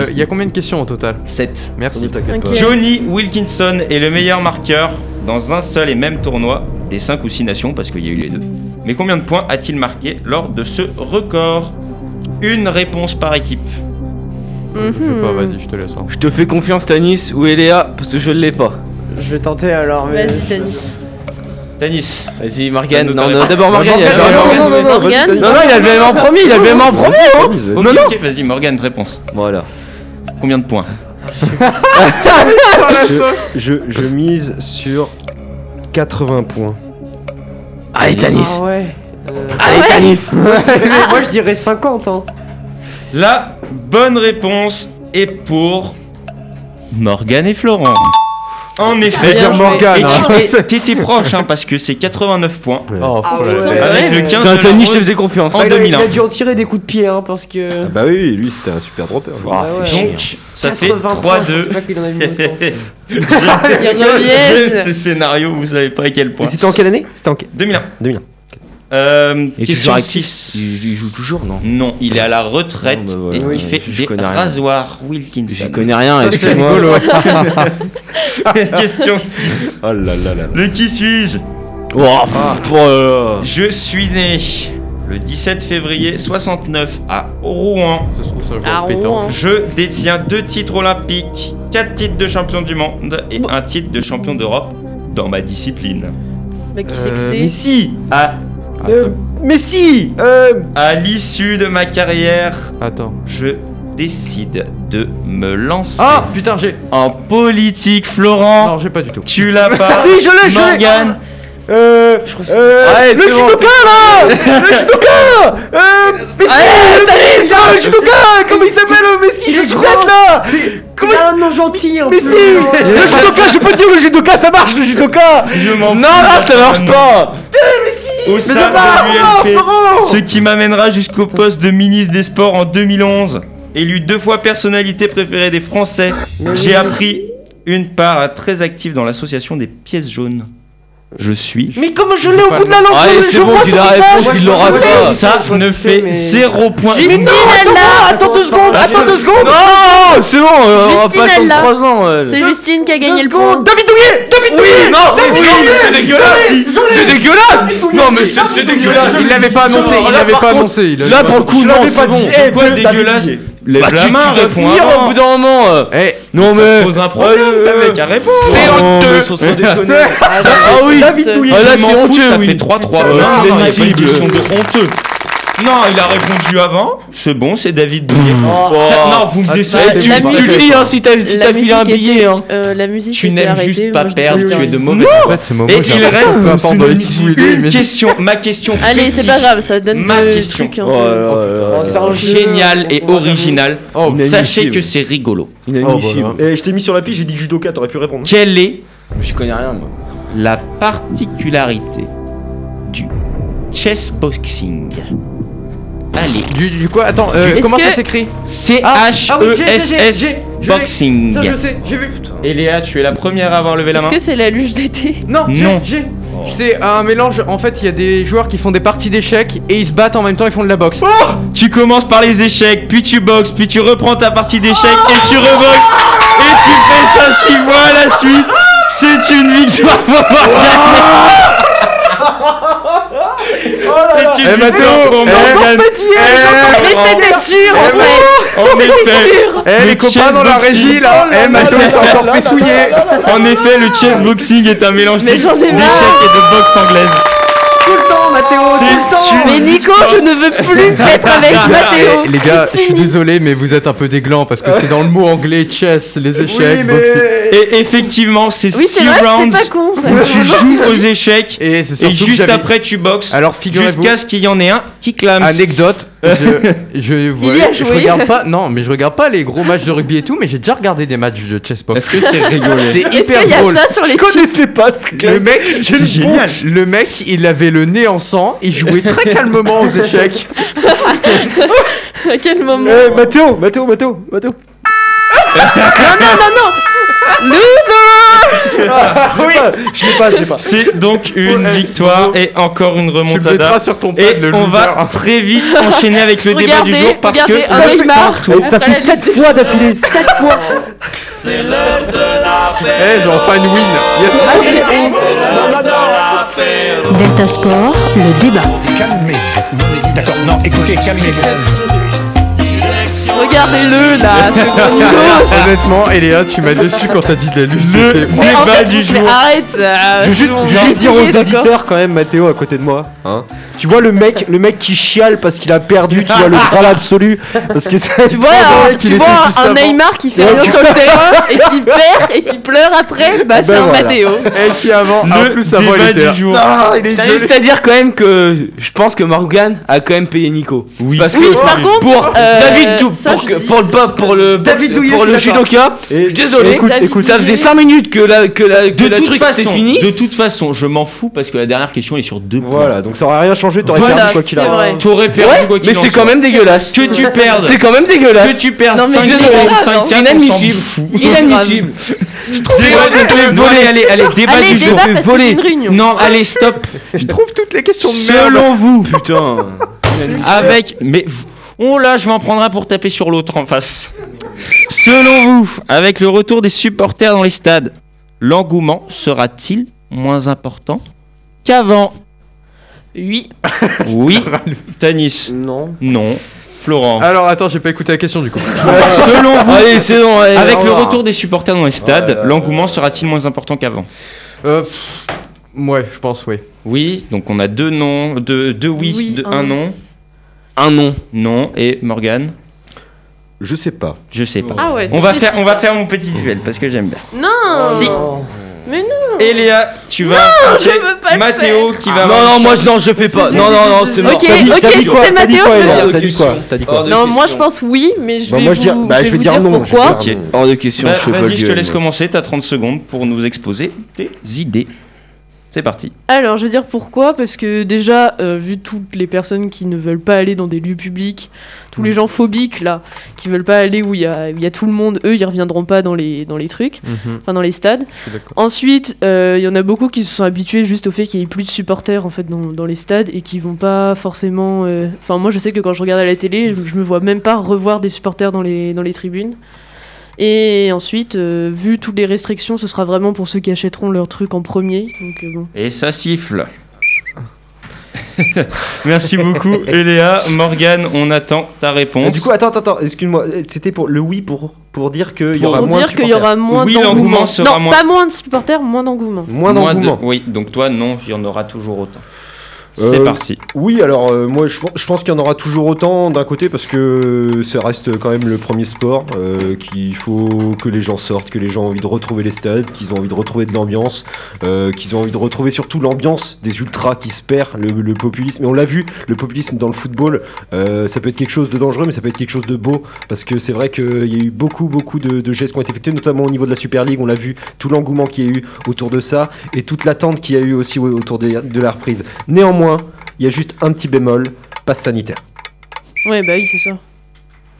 Speaker 6: Il y a combien de questions au total
Speaker 4: 7.
Speaker 6: Merci.
Speaker 8: Ok.
Speaker 4: Johnny Wilkinson est le meilleur marqueur dans un seul et même tournoi des 5 ou 6 nations, parce qu'il y a eu les deux. Mais combien de points a-t-il marqué lors de ce record Une réponse par équipe.
Speaker 6: Je sais pas,
Speaker 8: Mhm.
Speaker 6: vas-y, je te laisse. hein.
Speaker 9: Je te fais confiance, Tanis ou Eléa, parce que je l'ai pas.
Speaker 7: Je vais tenter alors, mais.
Speaker 8: Vas-y, Tanis.
Speaker 4: Tanis.
Speaker 9: Vas-y, Morgane.
Speaker 4: Donne-nous
Speaker 9: Non,
Speaker 4: ta
Speaker 9: non,
Speaker 4: réponse.
Speaker 9: d'abord Morgane. il a
Speaker 5: Non,
Speaker 9: le même-
Speaker 5: non, non, non, vas-y,
Speaker 8: Morgane
Speaker 5: t'as dit-
Speaker 9: Non, non, il a le même en premier, il a le même en premier.
Speaker 5: Vas-y, vas-y.
Speaker 4: Ok, ok, vas-y, Morgane, réponse.
Speaker 9: Voilà.
Speaker 4: Combien de points
Speaker 5: Je- Je je mise sur 80 points.
Speaker 9: Allez, Tanis.
Speaker 7: Ah ouais.
Speaker 9: Allez, Tanis.
Speaker 7: Mais Moi je dirais 50 hein.
Speaker 4: La bonne réponse est pour Morgane et Florent. En effet,
Speaker 8: Bien joué.
Speaker 6: Morgane,
Speaker 4: Et
Speaker 6: hein.
Speaker 4: tu- et t'étais proche hein, parce que c'est 89 points
Speaker 6: Oh,
Speaker 7: Ah
Speaker 6: faut la-
Speaker 7: ouais.
Speaker 4: avec le
Speaker 7: mais-
Speaker 4: 15
Speaker 9: Tiens,
Speaker 4: de
Speaker 9: Tanis, je te
Speaker 4: Laurent.
Speaker 9: faisais confiance.
Speaker 4: En
Speaker 7: Ah, il, a, il
Speaker 4: 2001.
Speaker 7: a dû en tirer des coups de pied hein parce que.
Speaker 5: Ah Bah oui, lui c'était un super dropper.
Speaker 9: Ah,
Speaker 7: Ah
Speaker 9: fais
Speaker 7: ouais.
Speaker 9: chier.
Speaker 4: Ça fait
Speaker 7: 80 points, Je
Speaker 4: 3-2.
Speaker 7: sais pas qu'il en a mis autant.
Speaker 8: Ils reviennent.
Speaker 4: Ce scénario, vous savez pas à quel point.
Speaker 5: Mais c'était en quelle année C'était en quelle
Speaker 4: 2001.
Speaker 5: 2001.
Speaker 4: Euh,
Speaker 9: Et
Speaker 4: question
Speaker 9: toujours actif.
Speaker 4: 6.
Speaker 9: Il il joue toujours, non
Speaker 4: Non, il est à la retraite
Speaker 9: Non, bah voilà,
Speaker 4: et il
Speaker 9: je-
Speaker 4: fait
Speaker 9: je
Speaker 4: des
Speaker 9: connais rien.
Speaker 4: rasoirs Wilkinson.
Speaker 9: J'y connais rien,
Speaker 6: Ça, c'est
Speaker 9: excuse-moi.
Speaker 6: rigolo.
Speaker 4: question 6.
Speaker 5: Oh là là là.
Speaker 4: Le qui suis-je
Speaker 9: Oh, pff, oh là là.
Speaker 4: Je suis né le 17 février 69 à Rouen.
Speaker 6: Ça se trouve, ça joue
Speaker 8: Ah,
Speaker 6: au pétanque.
Speaker 8: ouais.
Speaker 4: Je détiens deux titres olympiques, quatre titres de champion du monde et un titre de champion d'Europe dans ma discipline.
Speaker 8: Mais Bah, qui c'est que
Speaker 6: Euh,
Speaker 8: c'est
Speaker 4: Messi à,
Speaker 5: Euh, Messi euh,
Speaker 4: à l'issue de ma carrière,
Speaker 6: Attends.
Speaker 4: je décide de me lancer
Speaker 6: Ah putain, j'ai.
Speaker 4: en politique, Florent.
Speaker 6: Non, j'ai pas du tout.
Speaker 4: Tu l'as pas
Speaker 5: Si, je l'ai, je l'ai.
Speaker 4: Morgane
Speaker 5: euh, euh,
Speaker 9: Ouais,
Speaker 5: Le
Speaker 9: c'est bon,
Speaker 5: judoka là Le judoka Euh Messi Le Messi ah, Le judoka Comment il s'appelle euh, Messi Je suis bête là Comment il
Speaker 7: Ah non gentil en
Speaker 5: Mais
Speaker 7: plus,
Speaker 5: si
Speaker 7: non.
Speaker 5: Le judoka, je peux dire le judoka, ça marche le judoka
Speaker 4: Je m'en
Speaker 5: Non,
Speaker 4: fous,
Speaker 5: non, ça marche pas
Speaker 4: Au
Speaker 5: Mais
Speaker 4: sein
Speaker 5: ça
Speaker 4: de
Speaker 5: marche pas,
Speaker 4: l'UMP.
Speaker 5: Florent
Speaker 4: Ce qui m'amènera jusqu'au poste de ministre des Sports en 2011. Élu deux fois personnalité préférée des Français, j'ai appris une part très active dans l'association des pièces jaunes. je suis.
Speaker 7: Mais comme je l'ai au
Speaker 6: pas
Speaker 7: bout de la langue,
Speaker 4: Allez,
Speaker 7: je,
Speaker 4: c'est
Speaker 7: je
Speaker 4: bon,
Speaker 7: vois
Speaker 4: dis
Speaker 7: son
Speaker 4: la réponse,
Speaker 7: visage.
Speaker 4: il l'aura
Speaker 7: Ouais,
Speaker 4: pas.
Speaker 7: ouais,
Speaker 4: Ça
Speaker 7: je
Speaker 4: ne
Speaker 7: le sais,
Speaker 4: fait
Speaker 7: mais-
Speaker 4: zéro point.
Speaker 8: Justine, elle
Speaker 7: Ah,
Speaker 8: l'a
Speaker 7: attends deux secondes, attends deux secondes.
Speaker 4: Non, c'est bon, euh, on va
Speaker 8: Justine,
Speaker 4: pas attendre
Speaker 8: elle l'a.
Speaker 4: trois ans. euh.
Speaker 8: C'est Justine qui a gagné le
Speaker 7: Deux secondes.
Speaker 8: point.
Speaker 7: David Douillet, David Douillet.
Speaker 4: Non, mais oui, mais c'est dégueulasse. C'est dégueulasse. Non, mais c'est c'est dégueulasse.
Speaker 6: Il l'avait pas annoncé, il l'avait pas annoncé. il
Speaker 4: Là,
Speaker 6: l'avait
Speaker 4: pour le coup,
Speaker 5: Je
Speaker 4: non,
Speaker 5: l'avais
Speaker 4: c'est
Speaker 5: pas
Speaker 4: bon.
Speaker 5: dit. Eh,
Speaker 4: Pourquoi
Speaker 5: Dieu,
Speaker 4: dégueulasse
Speaker 5: David
Speaker 4: Lève
Speaker 9: Bah,
Speaker 4: la
Speaker 9: tu
Speaker 4: main,
Speaker 9: dois
Speaker 4: réponds
Speaker 9: finir
Speaker 4: avant.
Speaker 9: au bout d'un moment. euh.
Speaker 6: Eh,
Speaker 9: Non mais.
Speaker 4: pose un problème, t'as mec, à répondre.
Speaker 9: C'est honteux.
Speaker 4: Ah oui.
Speaker 7: David
Speaker 8: Euh,
Speaker 7: Douillet.
Speaker 9: Ah, là,
Speaker 4: Ah
Speaker 9: c'est honteux,
Speaker 4: ça
Speaker 9: oui.
Speaker 4: fait euh, 3-3.
Speaker 9: Non, non, il y a pas une question
Speaker 4: de honteux. Non, il a répondu avant. C'est bon, c'est David Douillet.
Speaker 8: Oh.
Speaker 4: Ça- Non, vous me
Speaker 9: Eh,
Speaker 4: décevez.
Speaker 9: tu
Speaker 8: La
Speaker 9: tu
Speaker 8: musique-
Speaker 9: le dis hein, si t'as si
Speaker 8: La
Speaker 9: t'as filé un
Speaker 8: musique
Speaker 9: billet.
Speaker 8: était-
Speaker 9: hein.
Speaker 8: euh, la musique
Speaker 4: Tu
Speaker 8: était
Speaker 4: n'aimes
Speaker 8: arrêtée,
Speaker 4: juste
Speaker 8: moi,
Speaker 4: pas
Speaker 8: je dis
Speaker 4: perdre,
Speaker 8: rien.
Speaker 4: tu es de mauvaise
Speaker 6: En fait, c'est
Speaker 4: Et
Speaker 6: Momo, j'ai
Speaker 4: il
Speaker 6: l'impression
Speaker 4: reste
Speaker 6: que c'est un synonym de Willy,
Speaker 4: Mmh. Une
Speaker 6: mais-
Speaker 4: question, ma question.
Speaker 8: Allez, c'est pas
Speaker 4: fétiche.
Speaker 8: grave, ça donne
Speaker 4: Ma
Speaker 8: de- hein. du
Speaker 4: question.
Speaker 8: truc un
Speaker 9: Oh
Speaker 8: peu.
Speaker 5: euh,
Speaker 9: là là là là.
Speaker 7: c'est un jeu.
Speaker 4: Génial et original.
Speaker 6: Oh,
Speaker 4: Sachez que c'est rigolo.
Speaker 5: oh,
Speaker 9: Inadmissible.
Speaker 5: Et je t'ai mis sur la piste, j'ai dit judoka, t'aurais pu répondre.
Speaker 4: Quelle est
Speaker 9: J'y connais rien moi.
Speaker 4: la particularité du chess boxing Allez,
Speaker 6: Du, du quoi Attends, euh,
Speaker 8: Est-ce
Speaker 6: comment
Speaker 8: que-
Speaker 6: ça s'écrit Ah
Speaker 4: C-H-E-S-S boxing.
Speaker 6: sais, j'ai vu.
Speaker 4: Eléa, tu es la première à avoir levé la
Speaker 8: Est-ce
Speaker 4: main.
Speaker 8: que c'est la luge d'été
Speaker 6: Non, j'ai-
Speaker 4: Non.
Speaker 6: j'ai. C'est un mélange. En fait, il y a des joueurs qui font des parties d'échecs et ils se battent en même temps, ils font de la boxe.
Speaker 4: Tu commences par les échecs, puis tu boxes, puis tu reprends ta partie d'échecs et tu reboxes. Et tu fais ça six fois à la suite. C'est une victoire pour Morgane. C'est une
Speaker 6: Eh, Mathéo,
Speaker 4: victoire pour
Speaker 6: eh,
Speaker 4: Morgane.
Speaker 8: Mais c'était sûr en fait
Speaker 4: En effet,
Speaker 6: Eh,
Speaker 4: Le
Speaker 6: les copains dans la
Speaker 4: chess boxing.
Speaker 6: régie
Speaker 5: Ah,
Speaker 6: là
Speaker 5: Oh
Speaker 6: Eh, Mathéo, il s'est encore fait souiller
Speaker 4: en effet, le chess boxing est un mélange
Speaker 8: Mais
Speaker 4: d'échecs
Speaker 8: j'en ai
Speaker 4: et
Speaker 8: marre. Oh,
Speaker 4: de boxe anglaise.
Speaker 7: Tout le temps, Mathéo, tout le temps.
Speaker 4: C'est
Speaker 8: Mais
Speaker 4: une
Speaker 8: Nico,
Speaker 4: victoire.
Speaker 8: je ne veux plus être avec Mathéo
Speaker 6: Les gars, je
Speaker 8: C'est
Speaker 6: suis
Speaker 8: fini.
Speaker 6: désolé, mais vous êtes un peu des glands parce que c'est dans le mot anglais chess, les échecs, boxing.
Speaker 4: Et effectivement, c'est
Speaker 8: Oui,
Speaker 4: six
Speaker 8: c'est vrai que c'est
Speaker 4: rounds
Speaker 8: pas con ça
Speaker 4: où tu joues aux échecs
Speaker 6: Et c'est
Speaker 4: et
Speaker 6: surtout que
Speaker 4: juste
Speaker 6: j'avais-
Speaker 4: après tu boxes.
Speaker 6: Alors figurez-vous,
Speaker 4: Jusqu'à ce qu'il y en ait un qui clame.
Speaker 6: anecdote, je, je,
Speaker 8: Ah, Il y a
Speaker 6: je
Speaker 8: joué.
Speaker 6: regarde pas, non, mais je regarde pas les gros matchs de rugby et tout, mais j'ai déjà regardé des matchs de chess box.
Speaker 9: que c'est rigolé
Speaker 6: C'est
Speaker 8: Est-ce
Speaker 6: hyper
Speaker 8: qu'il y a
Speaker 6: drôle.
Speaker 8: ça sur les films
Speaker 5: connaissais pas ce
Speaker 6: Le mec,
Speaker 4: C'est génial.
Speaker 6: le mec, il avait le nez en sang, il jouait très calmement aux échecs.
Speaker 8: À quel moment
Speaker 5: Eh, Mathéo, Mathéo, Mathéo, Mathéo.
Speaker 8: Non, non, non, non
Speaker 5: oui Je l'ai pas, je l'ai pas.
Speaker 4: C'est donc une victoire et encore une
Speaker 6: Tu me mettras
Speaker 4: remontada.
Speaker 6: sur ton pad,
Speaker 4: Et
Speaker 6: le
Speaker 4: on
Speaker 6: loser.
Speaker 4: va très vite enchaîner avec le débat du
Speaker 8: Regardez,
Speaker 4: jour parce
Speaker 8: regardez,
Speaker 4: que
Speaker 8: un
Speaker 9: Ah,
Speaker 8: Neymar
Speaker 5: Et ça fait 7 fois d'affilée, 7 fois
Speaker 11: C'est l'heure de la
Speaker 6: Eh, j'ai enfin une win. Yes.
Speaker 1: Delta Sport, le débat.
Speaker 2: D'accord, non, écoutez, calmez-vous.
Speaker 8: Regardez-le là, c'est bon Nico
Speaker 6: Honnêtement, Eléa, tu m'as déçu quand t'as dit de la lutte. de tes-
Speaker 8: Mais en
Speaker 4: débat
Speaker 8: fait,
Speaker 4: du
Speaker 8: mais
Speaker 4: jour.
Speaker 8: Arrête euh,
Speaker 5: Je veux juste,
Speaker 8: bon,
Speaker 5: je veux juste dire
Speaker 8: essayez,
Speaker 5: aux
Speaker 8: d'accord.
Speaker 5: auditeurs quand même, Mathéo à côté de moi. hein. tu vois le mec, le mec qui chiale parce qu'il a perdu, tu vois le bras l'absolu, parce que ça-
Speaker 8: Tu vois,
Speaker 6: trois
Speaker 8: un,
Speaker 6: ans qu'il
Speaker 8: tu
Speaker 6: était
Speaker 8: vois
Speaker 6: juste
Speaker 8: un
Speaker 6: avant.
Speaker 8: Neymar qui fait
Speaker 5: Ouais,
Speaker 8: rien
Speaker 5: tu-
Speaker 8: sur le terrain et qui perd et qui pleure après, bah c'est un
Speaker 5: voilà.
Speaker 8: Mathéo.
Speaker 6: Et puis avant, en
Speaker 4: le
Speaker 6: plus avant, elle était
Speaker 4: débat
Speaker 6: là.
Speaker 4: du jour.
Speaker 5: Ah,
Speaker 9: T'as juste à dire quand même que je pense que Morgan a quand même payé Nico. Oui. Parce que
Speaker 8: Oui, par contre,
Speaker 9: pour
Speaker 8: euh,
Speaker 9: David Dou,
Speaker 8: ça,
Speaker 9: pour,
Speaker 8: je
Speaker 9: que-
Speaker 8: dis-
Speaker 9: pour le bob, pour le
Speaker 7: David
Speaker 9: pour,
Speaker 7: Douillet,
Speaker 9: pour
Speaker 7: je
Speaker 9: le
Speaker 7: suis d'accord.
Speaker 9: judoka, je suis désolé.
Speaker 5: Écoute,
Speaker 8: David
Speaker 5: écoute,
Speaker 9: ça faisait
Speaker 8: Douillet.
Speaker 9: 5 minutes que la que la que
Speaker 4: De
Speaker 9: la
Speaker 4: toute
Speaker 9: truc était
Speaker 4: façon,
Speaker 9: fini.
Speaker 4: de toute façon, je m'en fous parce que la dernière question est sur deux points.
Speaker 5: Voilà, donc ça aurait rien changé, t'aurais
Speaker 4: Voilà,
Speaker 5: perdu
Speaker 8: Voilà,
Speaker 5: quoi
Speaker 8: c'est
Speaker 5: qu'il arrive.
Speaker 8: vrai.
Speaker 4: T'aurais perdu
Speaker 9: Ouais,
Speaker 4: quoi qu'il
Speaker 9: mais
Speaker 4: en
Speaker 9: c'est
Speaker 4: soit.
Speaker 9: quand même dégueulasse.
Speaker 4: que tu perdes.
Speaker 9: C'est quand même
Speaker 4: Que
Speaker 9: dégueulasse.
Speaker 4: tu perds
Speaker 8: Non, mais
Speaker 4: 5
Speaker 8: désolé, non,
Speaker 9: C'est inadmissible. Inadmissible. Je trouve
Speaker 4: Débat
Speaker 9: ça-
Speaker 4: du jour. Allez, allez, allez, débat
Speaker 8: Allez,
Speaker 4: du
Speaker 8: débat
Speaker 4: jour.
Speaker 8: parce que
Speaker 9: voler.
Speaker 8: c'est une réunion.
Speaker 4: Non, allez, stop.
Speaker 6: Je trouve toutes les questions de merde.
Speaker 4: Selon vous,
Speaker 9: Putain.
Speaker 4: avec. Mais. vous- Oh là, je m'en prendrai pour taper sur l'autre en face. Selon vous, avec le retour des supporters dans les stades, l'engouement sera-t-il moins important qu'avant
Speaker 8: Oui.
Speaker 4: Oui. Tanis.
Speaker 7: Non.
Speaker 4: Non. Florent.
Speaker 6: Alors attends, j'ai pas écouté la question du coup.
Speaker 4: Selon vous,
Speaker 9: Ah, Allez, c'est bon. allez,
Speaker 4: avec
Speaker 9: au
Speaker 4: le
Speaker 9: revoir.
Speaker 4: retour des supporters dans les stades,
Speaker 9: Ouais, ouais, ouais.
Speaker 4: l'engouement sera-t-il moins important qu'avant
Speaker 6: Euh, pff, ouais, je pense, oui.
Speaker 4: Oui. Donc on a deux noms, deux, deux oui,
Speaker 8: Oui,
Speaker 4: deux-
Speaker 8: un
Speaker 4: un
Speaker 8: non.
Speaker 4: non.
Speaker 9: un nom.
Speaker 4: Non. Et Morgane
Speaker 5: Je sais pas.
Speaker 4: Je sais pas.
Speaker 8: Ah ouais, c'est
Speaker 4: On va,
Speaker 8: précis,
Speaker 4: faire, on va
Speaker 8: ça.
Speaker 4: faire mon petit duel parce que j'aime bien.
Speaker 8: Non
Speaker 4: Si.
Speaker 8: Mais
Speaker 4: Et Léa, tu vas. affronter
Speaker 8: je veux pas le
Speaker 4: Mathéo qui va.
Speaker 9: Non, non, moi je- non, je fais pas. Non, non, non, c'est mort.
Speaker 8: Ok,
Speaker 5: T'as dit-
Speaker 8: ok,
Speaker 5: t'as dit
Speaker 8: si
Speaker 5: quoi
Speaker 8: c'est
Speaker 5: T'as dit
Speaker 8: Mathéo,
Speaker 5: quoi,
Speaker 8: je
Speaker 5: Ella
Speaker 8: veux
Speaker 5: T'as dit quoi T'as dit quoi
Speaker 9: Hors de
Speaker 8: Non, moi je
Speaker 9: question.
Speaker 8: pense oui, mais je
Speaker 5: Bah,
Speaker 8: vais
Speaker 5: moi, je
Speaker 8: vous,
Speaker 5: dis- bah, je vais
Speaker 8: je vais vous
Speaker 5: dire
Speaker 8: dire
Speaker 5: non, je vais
Speaker 8: pourquoi.
Speaker 5: dire-
Speaker 4: Ok.
Speaker 9: Hors de question,
Speaker 4: Bah,
Speaker 9: je fais pas
Speaker 4: Vas-y, je te
Speaker 9: gueule,
Speaker 4: laisse
Speaker 9: moi.
Speaker 4: commencer. T'as 30 secondes pour nous exposer tes idées. C'est parti.
Speaker 8: Alors, je veux dire pourquoi Parce que
Speaker 5: Mm.
Speaker 8: déjà, euh, vu toutes les personnes qui ne veulent pas aller dans des lieux publics, tous les gens phobiques là, qui veulent pas aller où il y a, où il y a tout le monde, eux, ils reviendront pas dans les, dans les trucs,
Speaker 6: Mhm,
Speaker 8: enfin dans les stades.
Speaker 6: je suis d'accord.
Speaker 8: Ensuite, euh, il y en a beaucoup qui se sont habitués juste au fait qu'il n'y ait plus de supporters en fait dans, dans les stades et qui vont pas forcément. euh, Enfin, moi, je sais que quand je regarde à la télé, je, je me vois même pas revoir des supporters dans les dans les tribunes. Et ensuite, euh, vu toutes les restrictions, ce sera vraiment pour ceux qui achèteront leur truc en premier. Donc euh, bon.
Speaker 4: Et ça siffle. Merci beaucoup, Eléa. Morgane, on attend ta réponse.
Speaker 5: Ah, du coup, attends, attends, attends, excuse-moi. C'était pour le oui pour, pour dire qu'il y
Speaker 4: Pour
Speaker 5: aura
Speaker 8: Pour
Speaker 5: moins de
Speaker 8: dire qu'il y aura moins
Speaker 4: Oui, l'engouement
Speaker 8: d'engouement.
Speaker 4: sera
Speaker 8: non,
Speaker 4: moins.
Speaker 8: pas moins de supporters, moins d'engouement.
Speaker 5: supporters. Moins
Speaker 4: Moins de-
Speaker 5: d'engouement.
Speaker 4: Oui, donc toi, non, il y en aura toujours autant. C'est
Speaker 5: Euh,
Speaker 4: parti.
Speaker 5: Oui, alors euh, moi je, pen- je pense qu'il y en aura toujours autant d'un côté parce que ça reste quand même le premier sport, euh, qu'il faut que les gens sortent, que les gens ont envie de retrouver les stades, qu'ils ont envie de retrouver de l'ambiance, euh, qu'ils ont envie de retrouver surtout l'ambiance des ultras qui se perd, le, le populisme. Et on l'a vu, le populisme dans le football, euh, ça peut être quelque chose de dangereux mais ça peut être quelque chose de beau parce que c'est vrai qu'il y a eu beaucoup beaucoup de, de gestes qui ont été effectués, notamment au niveau de la Super League, on l'a vu, tout l'engouement qu'il y a eu autour de ça et toute l'attente qu'il y a eu aussi au- autour des- de la reprise. Néanmoins, il y a juste un petit bémol, passe sanitaire.
Speaker 8: Ouais, bah oui, c'est ça.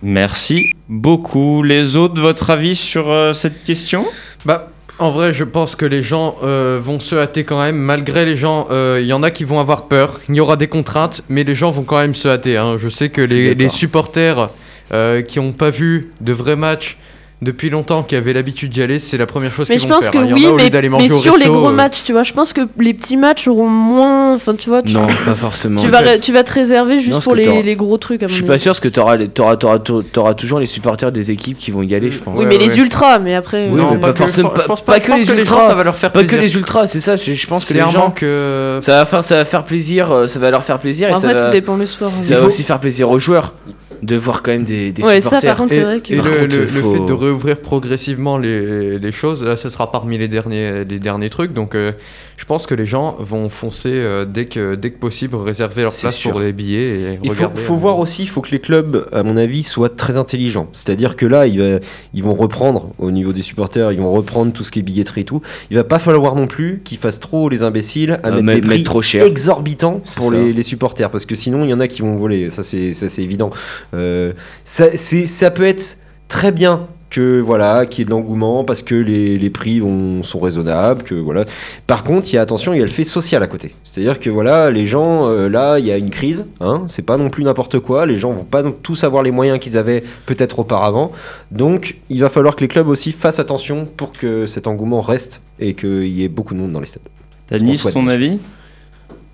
Speaker 4: Merci beaucoup. Les autres, votre avis sur euh, cette question
Speaker 6: Bah, en vrai, je pense que les gens euh, vont se hâter quand même. Malgré les gens, euh, il y en a qui vont avoir peur. Il y aura des contraintes, mais les gens vont quand même se hâter. hein. Je sais que les, les supporters euh, qui n'ont pas vu de vrais matchs depuis longtemps, qui avaient l'habitude d'y aller, c'est la première chose
Speaker 8: Mais
Speaker 6: qu'ils
Speaker 8: je
Speaker 6: vont
Speaker 8: pense
Speaker 6: faire.
Speaker 8: que
Speaker 6: hein. Il y en
Speaker 8: oui,
Speaker 6: a, au lieu
Speaker 8: mais,
Speaker 6: d'aller
Speaker 8: mais
Speaker 6: manger au
Speaker 8: sur les
Speaker 6: resto,
Speaker 8: gros
Speaker 6: euh,
Speaker 8: matchs, tu vois, je pense que les petits matchs auront moins. Enfin, tu vois, tu,
Speaker 9: Non, pas forcément.
Speaker 8: tu vas, re- tu vas te réserver juste
Speaker 9: parce
Speaker 8: pour
Speaker 9: que t'auras-
Speaker 8: les, les gros trucs. À
Speaker 9: Je
Speaker 8: mon
Speaker 9: suis
Speaker 8: avis.
Speaker 9: pas sûr parce que t'auras t'auras- t'auras- t'auras toujours les supporters des équipes qui vont y aller, je pense.
Speaker 8: Oui,
Speaker 6: Ouais,
Speaker 8: mais
Speaker 6: ouais.
Speaker 8: les ultras, mais après.
Speaker 9: Oui,
Speaker 8: euh,
Speaker 9: mais
Speaker 6: Non,
Speaker 9: pas
Speaker 6: pas que- je
Speaker 9: forcément-
Speaker 6: pense- je pense
Speaker 9: pas-
Speaker 6: pas
Speaker 9: pas
Speaker 6: je
Speaker 9: que
Speaker 6: pense
Speaker 9: les
Speaker 6: que les gens,
Speaker 9: ultras.
Speaker 6: ça va leur faire
Speaker 9: Pas que
Speaker 6: plaisir.
Speaker 9: les ultras, c'est ça. c'est- Je pense que
Speaker 6: C'est
Speaker 9: les
Speaker 6: un
Speaker 9: gens,
Speaker 6: manque. euh,
Speaker 9: ça va faire ça va faire plaisir, euh, ça va leur faire plaisir et
Speaker 8: en
Speaker 9: ça
Speaker 8: vrai,
Speaker 9: va,
Speaker 8: tout dépend le sport. hein.
Speaker 9: ça va aussi faire plaisir aux joueurs de voir quand même des, des
Speaker 8: Ouais, ça,
Speaker 9: supporters.
Speaker 8: par contre,
Speaker 6: Et,
Speaker 8: c'est vrai que.
Speaker 6: et
Speaker 9: Par
Speaker 6: le,
Speaker 9: contre,
Speaker 6: le-
Speaker 9: il
Speaker 6: le
Speaker 9: faut-
Speaker 6: fait de réouvrir progressivement les, les choses, là, ce sera parmi les derniers, les derniers trucs. Donc, euh, je pense que les gens vont foncer euh, dès, que, dès que possible, réserver leur
Speaker 9: C'est
Speaker 6: place
Speaker 9: sûr.
Speaker 6: pour les billets. Et
Speaker 5: Il faut,
Speaker 6: regarder,
Speaker 5: faut
Speaker 6: euh,
Speaker 5: voir aussi, il faut que les clubs, à mon avis, soient très intelligents. C'est-à-dire que là, il va- ils vont reprendre au niveau des supporters, ils vont reprendre tout ce qui est billetterie et tout. Il va pas falloir non plus qu'ils fassent trop les imbéciles à
Speaker 9: Euh,
Speaker 5: mettre
Speaker 9: mais-
Speaker 5: Ah, des prix
Speaker 9: mettre trop cher.
Speaker 5: exorbitants
Speaker 9: C'est
Speaker 5: pour
Speaker 9: ça.
Speaker 5: les, les supporters, parce que sinon, il y en a qui vont voler. Ça, c'est ça, c'est évident. Euh, ça, c'est- ça peut être très bien que voilà qu'il y ait de l'engouement parce que les, les prix vont- sont raisonnables que voilà par contre il y a attention il y a le fait social à côté c'est à dire que voilà les gens euh, là il y a une crise hein, c'est pas non plus n'importe quoi les gens vont pas non- tous avoir les moyens qu'ils avaient peut-être auparavant donc il va falloir que les clubs aussi fassent attention pour que cet engouement reste et qu'il y ait beaucoup de monde dans les stades
Speaker 4: Tanis,
Speaker 5: qu'on souhaite.
Speaker 4: ton avis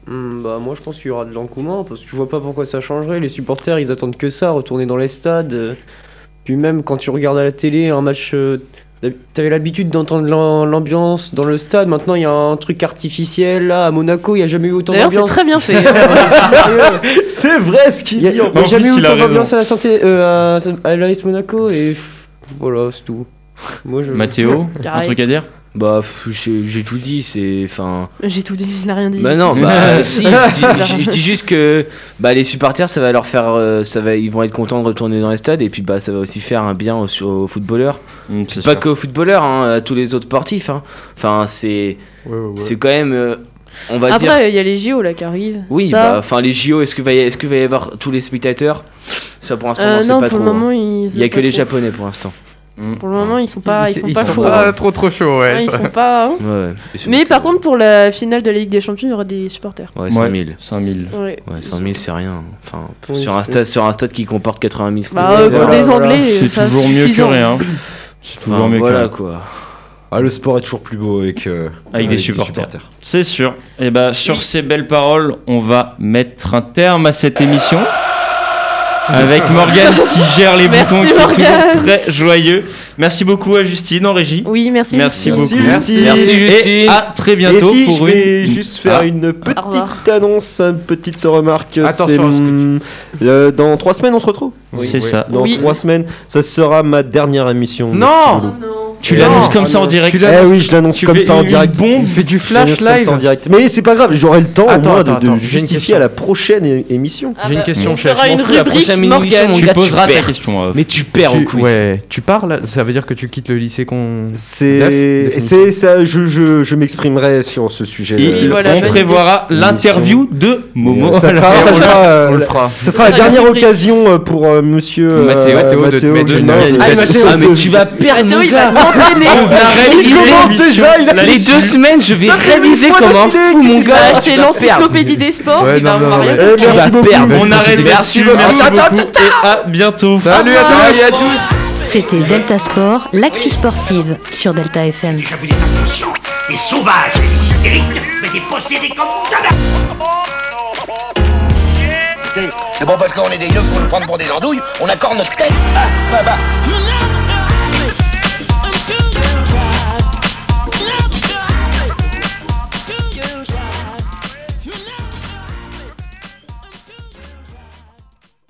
Speaker 7: Hmm, bah moi je pense qu'il y aura de l'engouement parce que je vois pas pourquoi ça changerait. Les supporters ils attendent que ça, retourner dans les stades. euh. Puis même quand tu regardes à la télé un match, euh, d'hab- t'avais l'habitude d'entendre l'am- l'ambiance dans le stade. Maintenant il y a un truc artificiel là à Monaco, il y a jamais eu autant
Speaker 8: D'ailleurs, c'est
Speaker 7: d'ambiance.
Speaker 8: très bien fait.
Speaker 7: Sérieux.
Speaker 5: c'est vrai ce
Speaker 7: Il
Speaker 5: qu'il
Speaker 7: y a, il y a
Speaker 4: En
Speaker 7: jamais
Speaker 4: plus,
Speaker 7: eu
Speaker 4: il a
Speaker 7: autant
Speaker 4: raison.
Speaker 7: d'ambiance à la santé euh, à, à l'AS Monaco et pff, voilà c'est tout. Moi je.
Speaker 4: Mathéo, un
Speaker 8: Pareil.
Speaker 4: truc à dire
Speaker 9: Bah, pff, j'ai j'ai tout dit. C'est enfin.
Speaker 8: J'ai tout dit, il n'a rien dit.
Speaker 9: Bah non, bah si. Je dis- je- je dis juste que bah les supporters, ça va leur faire, euh, ça va, ils vont être contents de retourner dans les stades et puis bah ça va aussi faire un bien aux, aux footballeurs.
Speaker 4: Hum, c'est
Speaker 9: Pas
Speaker 4: sûr.
Speaker 9: qu'aux footballeurs, hein, à tous les autres sportifs. hein. Enfin, c'est
Speaker 6: ouais, ouais, ouais.
Speaker 9: c'est quand même, euh, on va dire.
Speaker 8: Après, il y a les JO là qui arrivent.
Speaker 9: Oui,
Speaker 8: Ça,
Speaker 9: bah, enfin les JO, est-ce que va y- est-ce que va y avoir tous les spectateurs Ça pour l'instant,
Speaker 8: euh,
Speaker 9: on sait
Speaker 8: non,
Speaker 9: pas
Speaker 8: pour
Speaker 9: trop. hein.
Speaker 8: le moment, ils.
Speaker 9: Il y a
Speaker 8: pas
Speaker 9: que les
Speaker 8: trop.
Speaker 9: Japonais pour l'instant.
Speaker 8: Pour le moment, ils sont pas, ils sont
Speaker 6: Ils
Speaker 8: pas
Speaker 6: sont
Speaker 8: chauds.
Speaker 6: pas
Speaker 8: hein.
Speaker 6: trop trop chauds, ouais.
Speaker 8: Ouais, Ils
Speaker 6: ça.
Speaker 8: sont pas. hein.
Speaker 9: Ouais, ouais. Et c'est
Speaker 8: Mais
Speaker 9: donc,
Speaker 8: par
Speaker 9: euh,
Speaker 8: contre, pour la finale de la Ligue des Champions, il y aura des supporters.
Speaker 9: ouais,
Speaker 4: Ouais,
Speaker 9: 5000.
Speaker 4: 5000.
Speaker 8: Ouais.
Speaker 9: Ouais, 5000 c'est rien. Enfin,
Speaker 7: Oui,
Speaker 9: sur un
Speaker 7: c'est-
Speaker 9: stade, sur un stade qui comporte 80 000
Speaker 8: Bah, euh, pour
Speaker 9: spectateurs,
Speaker 8: les Anglais,
Speaker 4: C'est
Speaker 8: ça,
Speaker 4: toujours mieux que
Speaker 8: suffisant.
Speaker 4: rien. C'est
Speaker 9: enfin,
Speaker 4: toujours mieux que
Speaker 9: voilà
Speaker 4: rien.
Speaker 9: quoi.
Speaker 5: ah le sport est toujours plus beau avec euh,
Speaker 6: Ah,
Speaker 4: Avec des supporters. C'est sûr. Et bah, sur ces belles paroles, on va mettre un terme à cette émission. Avec Morgane qui gère les
Speaker 8: Merci,
Speaker 4: boutons, qui est
Speaker 8: Morgane.
Speaker 4: toujours très joyeux. Merci beaucoup à Justine en régie.
Speaker 8: Oui, merci.
Speaker 4: Merci
Speaker 8: Justine.
Speaker 4: beaucoup.
Speaker 5: Merci,
Speaker 4: Merci
Speaker 9: Justine.
Speaker 4: Et à très
Speaker 5: Et
Speaker 4: bientôt
Speaker 5: si, je
Speaker 4: pour
Speaker 5: vais
Speaker 4: une.
Speaker 5: juste faire
Speaker 4: Ah.
Speaker 5: une
Speaker 8: revoir.
Speaker 5: petite annonce, une petite remarque.
Speaker 6: Attention
Speaker 5: c'est,
Speaker 6: à ce que tu-
Speaker 5: mm, euh, dans trois semaines, on se retrouve.
Speaker 4: C'est ça.
Speaker 5: Dans
Speaker 8: Oui.
Speaker 5: trois semaines, ça sera ma dernière émission.
Speaker 6: Non
Speaker 5: Solo.
Speaker 8: Oh non.
Speaker 4: Tu
Speaker 6: Non,
Speaker 4: l'annonces
Speaker 6: ça
Speaker 4: comme ça en
Speaker 6: me-
Speaker 4: direct.
Speaker 6: tu
Speaker 5: Eh oui, je l'annonce
Speaker 4: Tu
Speaker 5: comme
Speaker 4: fais
Speaker 5: ça en
Speaker 4: une
Speaker 5: direct.
Speaker 4: bombe.
Speaker 6: Il fait du
Speaker 5: Je l'annonce
Speaker 6: flash
Speaker 5: comme ça
Speaker 6: live.
Speaker 5: en direct. Mais c'est pas grave, j'aurai le temps
Speaker 6: Attends,
Speaker 5: au moins
Speaker 6: attends,
Speaker 5: de- de,
Speaker 6: attends, j'ai une
Speaker 5: justifier
Speaker 6: question.
Speaker 5: à la prochaine é- émission.
Speaker 8: Ah
Speaker 6: J'ai une
Speaker 8: bah,
Speaker 6: question,
Speaker 8: on
Speaker 6: chef,
Speaker 8: fera
Speaker 6: je
Speaker 8: une
Speaker 6: m'en fous, la
Speaker 8: rubrique
Speaker 9: prochaine
Speaker 8: Morgane.
Speaker 9: mini-émission,
Speaker 4: Tu
Speaker 9: Gars, tu
Speaker 4: poseras ta
Speaker 9: perds.
Speaker 4: question. euh,
Speaker 9: Mais tu perds au
Speaker 6: Tu,
Speaker 9: quiz.
Speaker 6: ouais, tu parles, ça veut dire que tu quittes le lycée qu'on. Def,
Speaker 5: C'est,
Speaker 6: définitivement.
Speaker 5: c'est ça. Je, je, je m'exprimerai sur ce sujet.
Speaker 4: Et
Speaker 5: euh,
Speaker 8: Et voilà,
Speaker 4: on
Speaker 8: bonne
Speaker 4: prévoira l'interview de Momo.
Speaker 5: Ça sera,
Speaker 4: Alors,
Speaker 5: ça
Speaker 4: on le-
Speaker 5: sera, euh,
Speaker 6: On le
Speaker 5: la-
Speaker 6: fera.
Speaker 5: ça sera la
Speaker 8: On a
Speaker 5: dernière
Speaker 8: compris.
Speaker 5: occasion euh, pour euh, monsieur euh,
Speaker 6: Mathéo, Mathéo de te
Speaker 5: Mathéo
Speaker 6: mettre
Speaker 5: de-
Speaker 6: une
Speaker 5: Non,
Speaker 6: oreille.
Speaker 5: Allez, Mathéo,
Speaker 9: Ah, mais
Speaker 5: tu-
Speaker 9: tu vas perdre.
Speaker 8: Mathéo,
Speaker 9: mon
Speaker 8: il va
Speaker 9: gars.
Speaker 8: s'entraîner.
Speaker 4: On va réviser
Speaker 5: commence déjà, il a-
Speaker 9: Les deux semaines, je vais
Speaker 5: Ça fait huit
Speaker 9: réviser
Speaker 5: fois
Speaker 9: comme un
Speaker 5: d'affilée
Speaker 9: fou,
Speaker 5: qu'il
Speaker 9: mon
Speaker 5: fait
Speaker 8: Il va
Speaker 9: gars.
Speaker 8: acheter
Speaker 9: Tu vas perdre.
Speaker 8: l'encyclopédie des sports.
Speaker 6: Ouais,
Speaker 8: il va
Speaker 6: non, non,
Speaker 8: avoir
Speaker 6: ouais.
Speaker 8: rien
Speaker 5: Eh,
Speaker 8: compris.
Speaker 9: Tu vas
Speaker 5: merci beaucoup.
Speaker 9: perdre.
Speaker 4: On arrête
Speaker 9: Merci
Speaker 4: là-dessus.
Speaker 9: beaucoup.
Speaker 4: Merci
Speaker 9: Attends, attends,
Speaker 4: beaucoup et à bientôt.
Speaker 6: Salut à tous et à tous
Speaker 1: C'était Delta Sport, l'actu sportive sur Delta FM.
Speaker 2: J'ai vu des inconscients, des sauvages, des hystériques, mais des possédés comme jamais
Speaker 3: C'est bon parce qu'on est des yeux pour nous prendre pour des andouilles, on accorde notre tête. Ah, bah, bah.
Speaker 12: You know